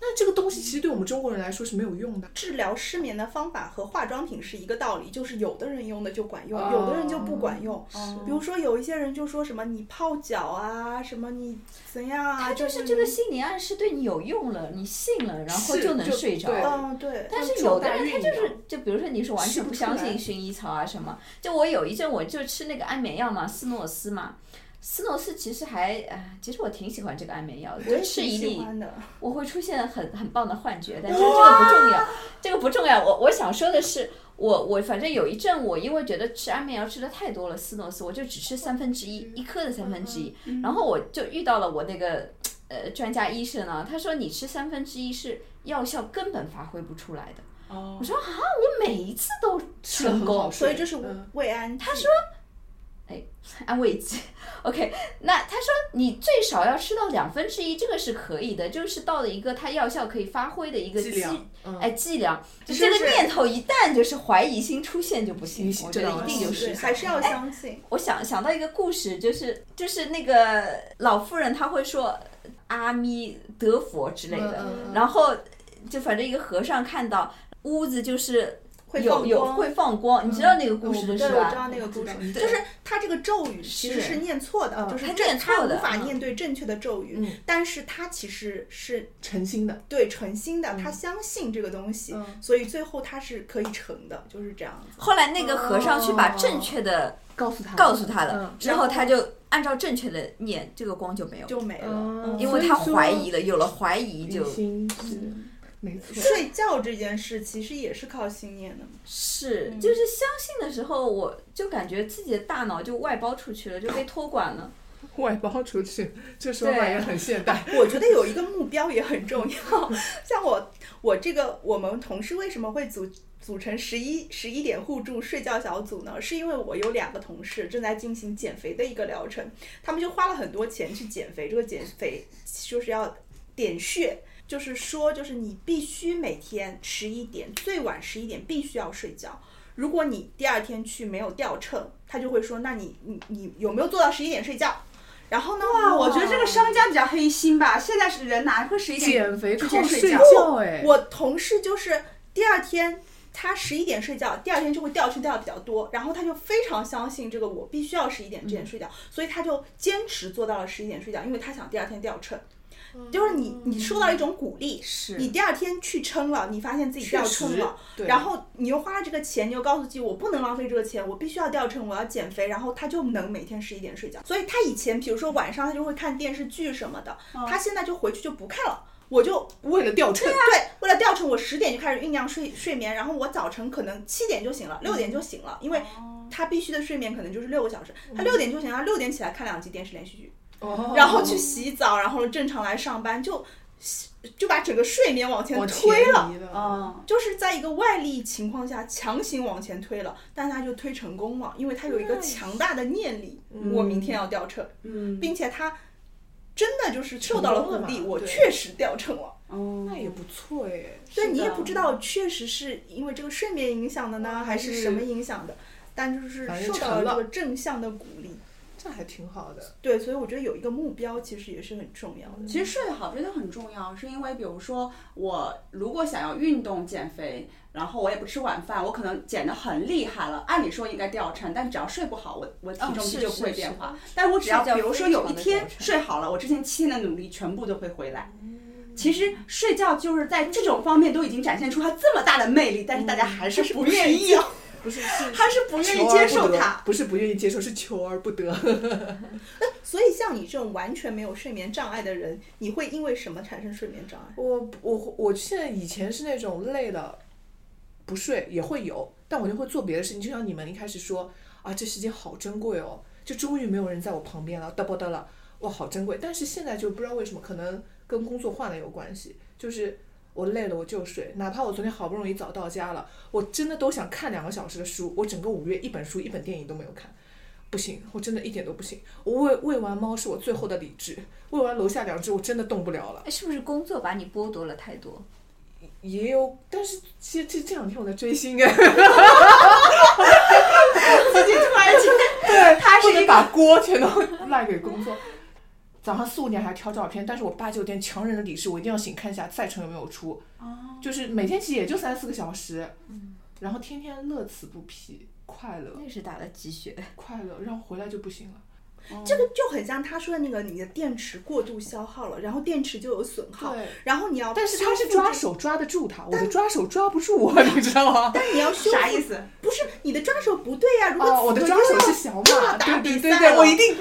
S4: 那这个东西其实对我们中国人来说是没有用的。
S2: 治疗失眠的方法和化妆品是一个道理，就是有的人用的就管用，
S5: 哦
S2: 有的人就不管用。
S3: 哦
S2: 比如说有一些人就说什么你泡脚啊，什么你怎样啊，
S1: 它就是这个心理暗示对你有用了，你信了，然后
S4: 是
S1: 能
S4: 就
S1: 睡着。
S4: 对
S2: 嗯对，
S1: 但是有
S4: 壮
S1: 的
S4: 大
S1: 人他
S4: 运
S1: 就
S4: 一
S1: 是
S4: 样，
S1: 就比如说你是完
S4: 吃
S1: 全
S4: 不
S1: 不
S4: 出
S1: 相
S4: 来
S1: 信薰衣草啊什么，就我有一阵我就吃那个安眠药嘛，斯诺斯嘛，斯诺斯其实还啊，其实我挺喜欢这个安眠药的，
S2: 我也
S1: 就吃
S2: 挺
S1: 一
S2: 喜
S1: 粒
S2: 欢的。
S1: 我会出现很很棒的幻觉，但是这个不重要，这个不重要。我我想说的是，我我反正有一阵我因为觉得吃安眠药吃的太多了，斯诺斯我就只吃三分之一一颗的三分之一，
S2: 嗯
S1: 然后我就遇到了我那个呃专家医生啊，他说你吃三分之一是药效根本发挥不出来的。
S3: 哦
S1: 我说啊，我每一次都
S4: 吃了
S1: 成
S4: 很好
S1: 功，
S4: 睡，
S2: 所以这是
S4: 嗯
S2: 慰安剂。他说
S1: 安慰剂。OK，那他说你最少要吃到两分之一，这个是可以的，就是到了一个它药效可以发挥的一个
S5: 剂
S1: 基
S5: 量
S4: 嗯
S1: 哎剂量。就是这
S2: 不
S1: 个
S2: 是
S1: 念头一旦就是怀疑心出现就不行
S4: 你，
S1: 我觉得
S4: 这倒
S1: 一定
S4: 是
S1: 有事。
S2: 还是要相信。
S1: 我想想到一个故事，就是就是那个老妇人她会说阿弥德佛之类的，
S4: 嗯嗯嗯
S1: 然后就反正一个和尚看到屋子就是
S2: 会
S1: 有
S2: 放
S1: 有
S2: 光
S1: 会放光，你知道那个
S4: 嗯
S1: 故事的
S2: 对，
S1: 是
S2: 我知道
S1: 吧？
S2: 那个故事
S4: 我，知道
S2: 就是他这个咒语其实
S1: 是
S2: 是念错的，
S4: 嗯
S2: 就是
S1: 他
S2: 正
S1: 念错的
S2: 他无法
S1: 嗯
S2: 念对正确的咒语，
S4: 嗯
S2: 但是他其实是
S4: 诚心的，
S2: 对诚心的，
S1: 嗯
S2: 他相信这个东西，所以最后他是可以成的，就是这样子。
S1: 后来那个和尚去把正确
S3: 哦
S1: 的
S4: 告诉他，
S1: 告诉他了，
S4: 嗯
S1: 之后他就按照正确的念，这个光就没有，
S2: 就没了，
S4: 嗯
S2: 嗯
S1: 因为他怀疑了，有了怀疑就嗯
S4: 疑心是没错，
S2: 睡觉这件事其实也是靠心念的嘛。
S1: 是，
S2: 嗯
S1: 就是相信的时候，我就感觉自己的大脑就外包出去了，就被托管了。
S4: 外包出去，这说法
S1: 对
S4: 也很现代。
S2: 我觉得有一个目标也很重要， 像我我这个我们同事为什么会组组成十一十一点互助睡觉小组呢？是因为我有两个同事正在进行减肥的一个疗程，他们就花了很多钱去减肥，这个减肥就是要点穴。就是说，就是你必须每天十一点，最晚十一点必须要睡觉。如果你第二天去没有掉秤，他就会说，那你你你有没有做到十一点睡觉？然后呢？
S3: 哇，我觉得这个商家比较黑心吧。现在是人哪会十一点
S5: 减肥靠
S3: 靠
S5: 睡
S3: 睡觉
S5: 觉哎，
S2: 我同事就是第二天他十一点睡觉，第二天就会掉秤掉的比较多，然后他就非常相信这个我必须要十一点之前睡觉，所以他就坚持做到了十一点睡觉，因为他想第二天掉秤。就是你，你受到一种鼓励，
S3: 是
S2: 你第二天去称了，你发现自己掉秤了，
S4: 对
S2: 然后你又花了这个钱，你又告诉自己我不能浪费这个钱，我必须要掉秤，我要减肥，然后他就能每天十一点睡觉。所以他以前比如说晚上他就会看电视剧什么的，他现在就回去就不看了，我就
S4: 为了掉秤，
S1: 啊
S2: 对，为了掉秤，我十点就开始酝酿睡睡眠，然后我早晨可能七点就醒了，六点就醒了，因为
S4: 哦
S2: 他必须的睡眠可能就是六个小时，
S4: 嗯
S2: 他六点就醒了，他六点起来看两集电视连续剧，
S4: 哦
S2: 然后去洗澡，然后正常来上班，就就把整个睡眠往前
S4: 我
S2: 推了。
S4: 了，
S3: 嗯，
S2: 就是在一个外力情况下强行往前推了，但他就推成功了，因为他有一个强大的念力，我明天要掉秤，
S3: 嗯
S2: 并且他真的就是受到了
S4: 成功了
S2: 鼓励，
S4: 嘛
S2: 我
S4: 对
S2: 确实掉秤了。
S3: 哦，
S4: 那也不错哎，
S2: 对你
S3: 的
S2: 也不知道，确实是因为这个睡眠影响的呢，还是什么影响的？但就是
S4: 嗯反正
S2: 受到了
S4: 成了
S2: 这个正向的鼓励。
S4: 这还挺好的。
S2: 对，所以我觉得有一个目标其实也是很重要的。
S3: 其实睡得好真的很重要，是因为比如说我如果想要运动减肥，然后我也不吃晚饭，我可能减得很厉害了，按理说应该掉秤，但只要睡不好，我我体
S1: 哦
S3: 重
S1: 是
S3: 机就不会
S1: 是
S3: 变
S1: 是
S3: 化。但我只要
S1: 睡觉
S3: 比如说有一
S1: 非常
S3: 天
S1: 地掉秤
S3: 睡好了，我之前七天的努力全部都会回来。其实睡觉就是在这种方面都已经展现出它这么大的魅力，但是大家还是不愿意，
S4: 不是 是
S3: 还是不愿
S4: 求
S3: 意
S4: 而
S3: 接
S4: 不
S3: 受
S4: 得
S3: 它。，
S4: 不是不愿意接受，是求而不得。
S2: 所以像你这种完全没有睡眠障碍的人，你会因为什么产生睡眠障碍？
S4: 我我我现在以前是那种累了不睡也会有，但我就会做别的事情，就像你们一开始说啊，这时间好珍贵哦，就终于没有人在我旁边了，嘚啵嘚了，哇，好珍贵。但是现在就不知道为什么，可能跟工作换了有关系，就是。我累了我就睡，哪怕我昨天好不容易早到家了，我真的都想看两个小时的书。我整个五月一本书、一本电影都没有看，不行，我真的一点都不行。我喂喂完猫是我最后的理智，喂完楼下两只我真的动不了了。
S1: 哎是不是工作把你剥夺了太多？
S4: 也有，但是其实这这两天我在追星 哎，
S3: 自己突然间，对，他
S4: 不
S3: 是一
S4: 能
S3: 个
S4: 把锅全都 赖给工作。早上四五点还挑照片，但是我八九点强忍着理智，我一定要醒看一下赛程有没有出。
S2: 哦
S4: 就是每天其实也就三四个小时，
S2: 嗯
S4: 然后天天乐此不疲，快乐
S1: 那是打了鸡血。
S4: 快乐，然后回来就不行了。
S2: 这
S4: 嗯
S2: 个就很像他说的那个，你的电池过度消耗了，然后电池就有损耗
S4: 对，
S2: 然后你要，
S4: 但是他是
S2: 修复
S4: 抓
S2: 这，
S4: 手抓得住他，我的抓手抓不 住我，你知道吗？
S2: 但你要修
S3: 啥
S2: 复
S3: 意思？
S2: 不是你的抓手不对呀、如果、
S4: 哦，我的抓手是小马，
S2: 打
S4: 对对
S2: 比
S4: 对
S2: 赛
S4: 对，
S2: 了
S3: 哎
S4: 我一定，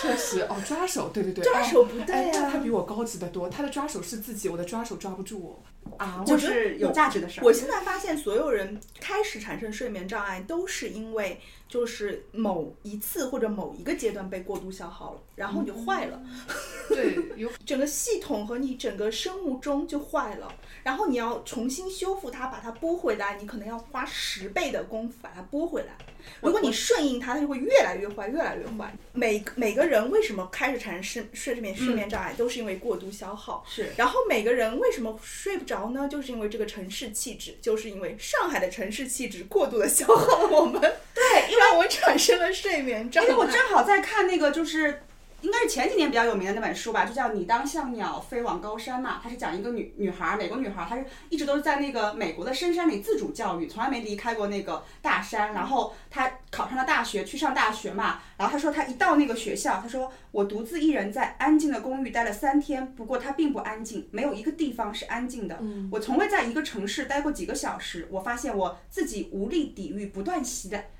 S4: 确实哦，抓手，对对对，
S2: 抓
S4: 哦
S2: 手不
S4: 哎
S2: 对，啊
S4: 那
S2: 呀、
S4: 他比我高级得多，他的抓手是自己，我的抓手抓不住我。
S3: 啊，
S2: 我
S3: 就
S2: 觉得
S3: 是有价值的事儿。
S2: 我现在发现，所有人开始产生睡眠障碍，都是因为就是某一次或者某一个阶段被过度消耗了，然后你就坏了，
S4: 对，有
S2: 整个系统和你整个生物钟就坏了，然后你要重新修复它，把它拨回来，你可能要花十倍的功夫把它拨回来。如果你顺应它，它就会越来越坏，越来越坏。每每个人为什么开始产生睡睡眠睡眠障碍，都是因为过度消耗。
S3: 是
S2: 然后每个人为什么睡不着呢？就是因为这个城市气质，就是因为上海的城市气质过度的消耗了我们，对，让我们产生了睡眠障
S3: 因为哎我
S2: 碍。
S3: 正好在看那个，就是应该是前几年比较有名的那本书吧，就叫《你当像鸟飞往高山》嘛。它是讲一个女女孩儿，美国女孩儿，她是一直都是在那个美国的深山里自主教育，从来没离开过那个大山。然后她考上了大学，去上大学嘛。然后她说她一到那个学校，她说我独自一人在安静的公寓待了三天，不过它并不安静，没有一个地方是安静的。我从未在一个城市待过几个小时，我发现我自己无力抵御不断袭来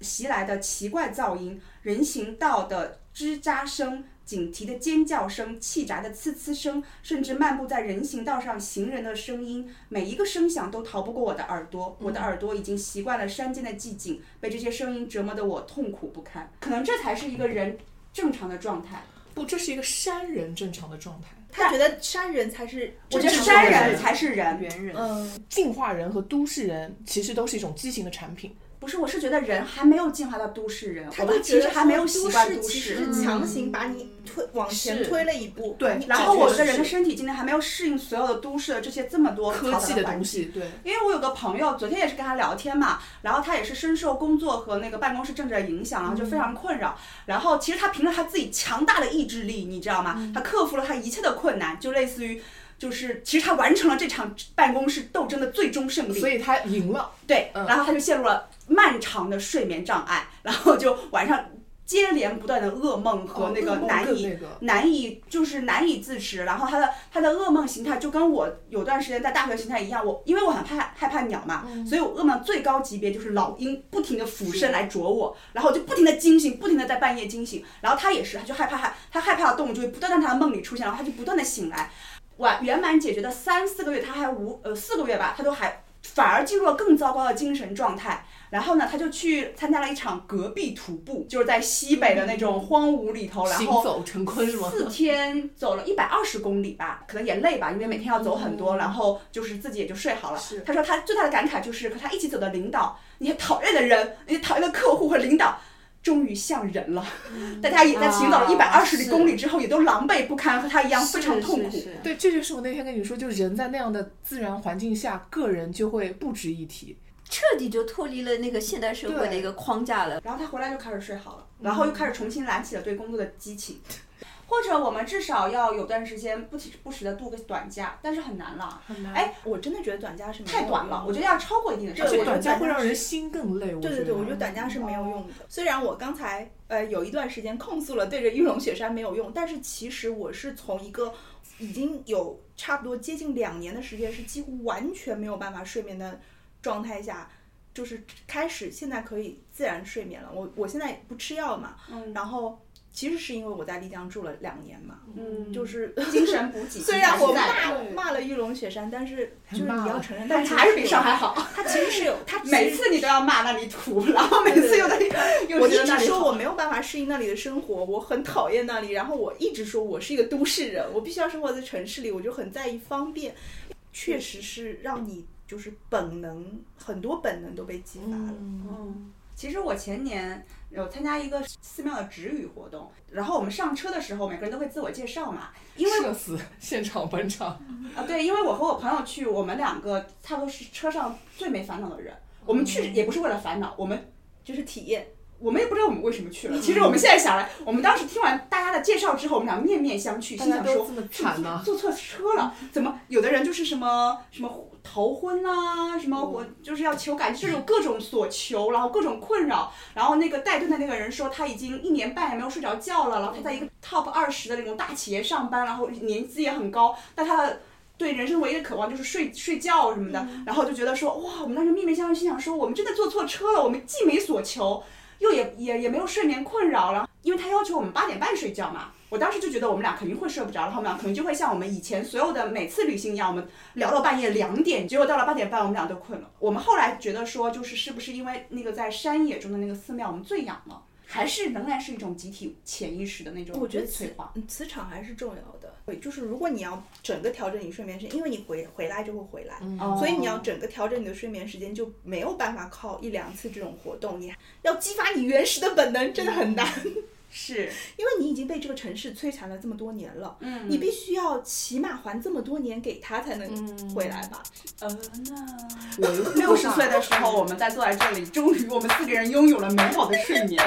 S3: 袭来的奇怪噪音，人行道的吱喳声、警笛的尖叫声、气闸的呲呲声，甚至漫步在人行道上行人的声音，每一个声响都逃不过我的耳朵。我的耳朵已经习惯了山间的寂静，被这些声音折磨得我痛苦不堪。可能这才是一个人正常的状态。
S4: 不，这是一个山人正常的状态。
S2: 他觉得山人才是，
S3: 我
S2: 我
S3: 觉得
S4: 正常
S3: 山
S4: 的人
S3: 人才是人，
S1: 猿人
S2: 嗯，
S4: 进化人和都市人其实都是一种畸形的产品。
S3: 不是，我是觉得人还没有进化到都市人，
S2: 他
S3: 我
S2: 就
S3: 们
S2: 觉
S3: 其
S2: 得
S3: 实还没有习惯
S2: 都
S3: 都
S2: 市其
S3: 市。嗯
S2: 实是嗯强行把你推往前
S4: 是
S2: 推了一步。
S3: 对
S2: 你，
S3: 然后我觉得
S2: 感
S3: 人的
S2: 是
S3: 身体今天还没有适应所有的都市的这些这么多
S4: 科技
S3: 的
S4: 的
S3: 环
S4: 东
S3: 境。
S4: 西，对，
S3: 因为我有个朋友，昨天也是跟他聊天嘛，然后他也是深受工作和那个办公室政治的影响，
S4: 嗯
S3: 然后就非常困扰。然后其实他凭着他自己强大的意志力，你知道
S4: 嗯
S3: 吗？他克服了他一切的困难，就类似于。就是，其实他完成了这场办公室斗争的最终胜利，
S4: 所以他赢了，
S3: 对，
S4: 嗯
S3: 然后他就陷入了漫长的睡眠障碍，然后就晚上接连不断的噩梦和那个
S4: 哦
S3: 难
S4: 更
S3: 以、
S4: 那个，
S3: 难以就是难以自持，然后他的他的噩梦形态就跟我有段时间在大学形态一样，我因为我很怕害怕鸟嘛，所以我噩梦最高级别就是老鹰不停的俯身来啄我，然后我就不停的惊醒，不停的在半夜惊醒，然后他也是，他就害怕害他害怕的动物就会不断在他的梦里出现，然后他就不断的醒来，完圆满解决的三四个月，他还无呃四个月吧，他都还呃反而进入了更糟糕的精神状态。然后呢，他就去参加了一场隔壁徒步，就是在西北的那种荒芜里头，然
S4: 行
S3: 后
S4: 走成昆 是吗？
S3: 四天走了一百二十公里吧，可能也累吧，因为每天要走很多，然后就是自己也就睡好了
S4: 是。
S3: 他说他最大的感慨就是和他一起走的领导，那些讨厌的人，那些讨厌的客户和领导。终于像人了，大家也在行走了一百
S1: 啊
S3: 二十公里之后，也都狼狈不堪，和他一样非常痛苦。
S1: 是是是
S4: 对，这就是我那天跟你说，就是人在那样的自然环境下，个人就会不值一提。
S1: 彻底就脱离了那个现代社会的一个框架了。
S3: 然后他回来就开始睡好了，然后又开始重新燃起了对工作的激情。或者我们至少要有段时间不停不时的度个短假，但是很难了，
S4: 哎，
S2: 我真的觉得短假是没有
S3: 太短
S2: 用
S3: 了。
S2: 的
S3: 我觉得要超过一定的
S2: 嗯对
S3: 时
S4: 这
S3: 间
S2: 我觉得
S4: 短假会
S2: 短
S4: 让
S2: 假
S4: 人心更累。我
S2: 对
S4: 觉
S2: 对
S4: 得
S2: 对，我觉得短假是没有用的。虽然我刚才呃有一段时间控诉了对着玉龙雪山没有用，但是其实我是从一个已经有差不多接近两年的时间是几乎完全没有办法睡眠的状态下，就是开始现在可以自然睡眠了。我我现在不吃药嘛，
S3: 嗯
S2: 然后其实是因为我在丽江住了两年嘛，
S3: 嗯，
S2: 就是 是
S3: 精神补给。
S2: 虽然我
S3: 现在
S2: 骂
S4: 对
S2: 骂了玉龙雪山，但是
S4: 还
S2: 就是
S4: 骂
S2: 你要
S4: 了
S2: 承认，
S3: 但
S2: 它
S3: 是
S2: 其
S3: 还
S2: 实
S3: 是比
S2: 有
S3: 上海好。
S2: 它其实是有它其实
S3: 每次你都要骂那里土，然后每次又在又
S2: 我
S3: 觉
S2: 一
S3: 得那
S2: 直
S3: 里
S2: 说
S3: 好
S2: 我没有办法适应那里的生活，我很讨厌那里。然后我一直说我是一个都市人，我必须要生活在城市里，我就很在意方便。确实是让你就是本能，很多本能都被激发了。
S3: 嗯，其实我前年有参加一个寺庙的止语活动，然后我们上车的时候，每个人都会自我介绍嘛，因为
S4: 社死现场本场，
S3: 啊，对，因为我和我朋友去，我们两个差不多是车上最没烦恼的人。我们去也不是为了烦恼，我们
S2: 就是体验，
S3: 我们也不知道我们为什么去了。其实我们现在想来，我们当时听完大家的介绍之后，我们俩面面相觑，
S4: 大
S3: 心
S4: 家
S3: 想
S4: 都
S3: 说
S4: 这么惨呢、
S3: 坐错车了，怎么有的人就是什么什么头婚啦、什么我就是要求感，就是有各种所求，然后各种困扰。然后那个带队的那个人说，他已经一年半也没有睡着觉了，然后他在一个 top 二十的那种大企业上班，然后年资也很高，但他的。对人生唯一的渴望就是睡
S2: 嗯
S3: 睡觉什么的，然后就觉得说哇，我们当时面面相觑，心想说我们真的坐错车了，我们既没所求，又也也也没有睡眠困扰，然后因为他要求我们八点半睡觉嘛，我当时就觉得我们俩肯定会睡不着，然后我们俩可能就会像我们以前所有的每次旅行一样，我们聊到半夜两点，结果到了八点半我们俩都困了。我们后来觉得说，就是是不是因为那个在山野中的那个寺庙我们醉氧了，还是仍然是一种集体潜意识的那种
S2: 我觉得
S3: 催
S2: 磁
S3: 化，
S2: 嗯磁场还是重要的。对，就是如果你要整个调整你睡眠时间，因为你回回来就会回来，
S3: 哦
S2: 所以你要整个调整你的睡眠时间，就没有办法靠一两次这种活动，你要激发你原始的本能，真的很难。
S3: 是
S2: 因为你已经被这个城市摧残了这么多年了，
S3: 嗯
S2: 你必须要起码还这么多年给他才能回来吧？
S3: 呃那。
S4: 我又
S3: 六十岁的时候，我们在坐在这里，终于我们四个人拥有了美好的睡眠。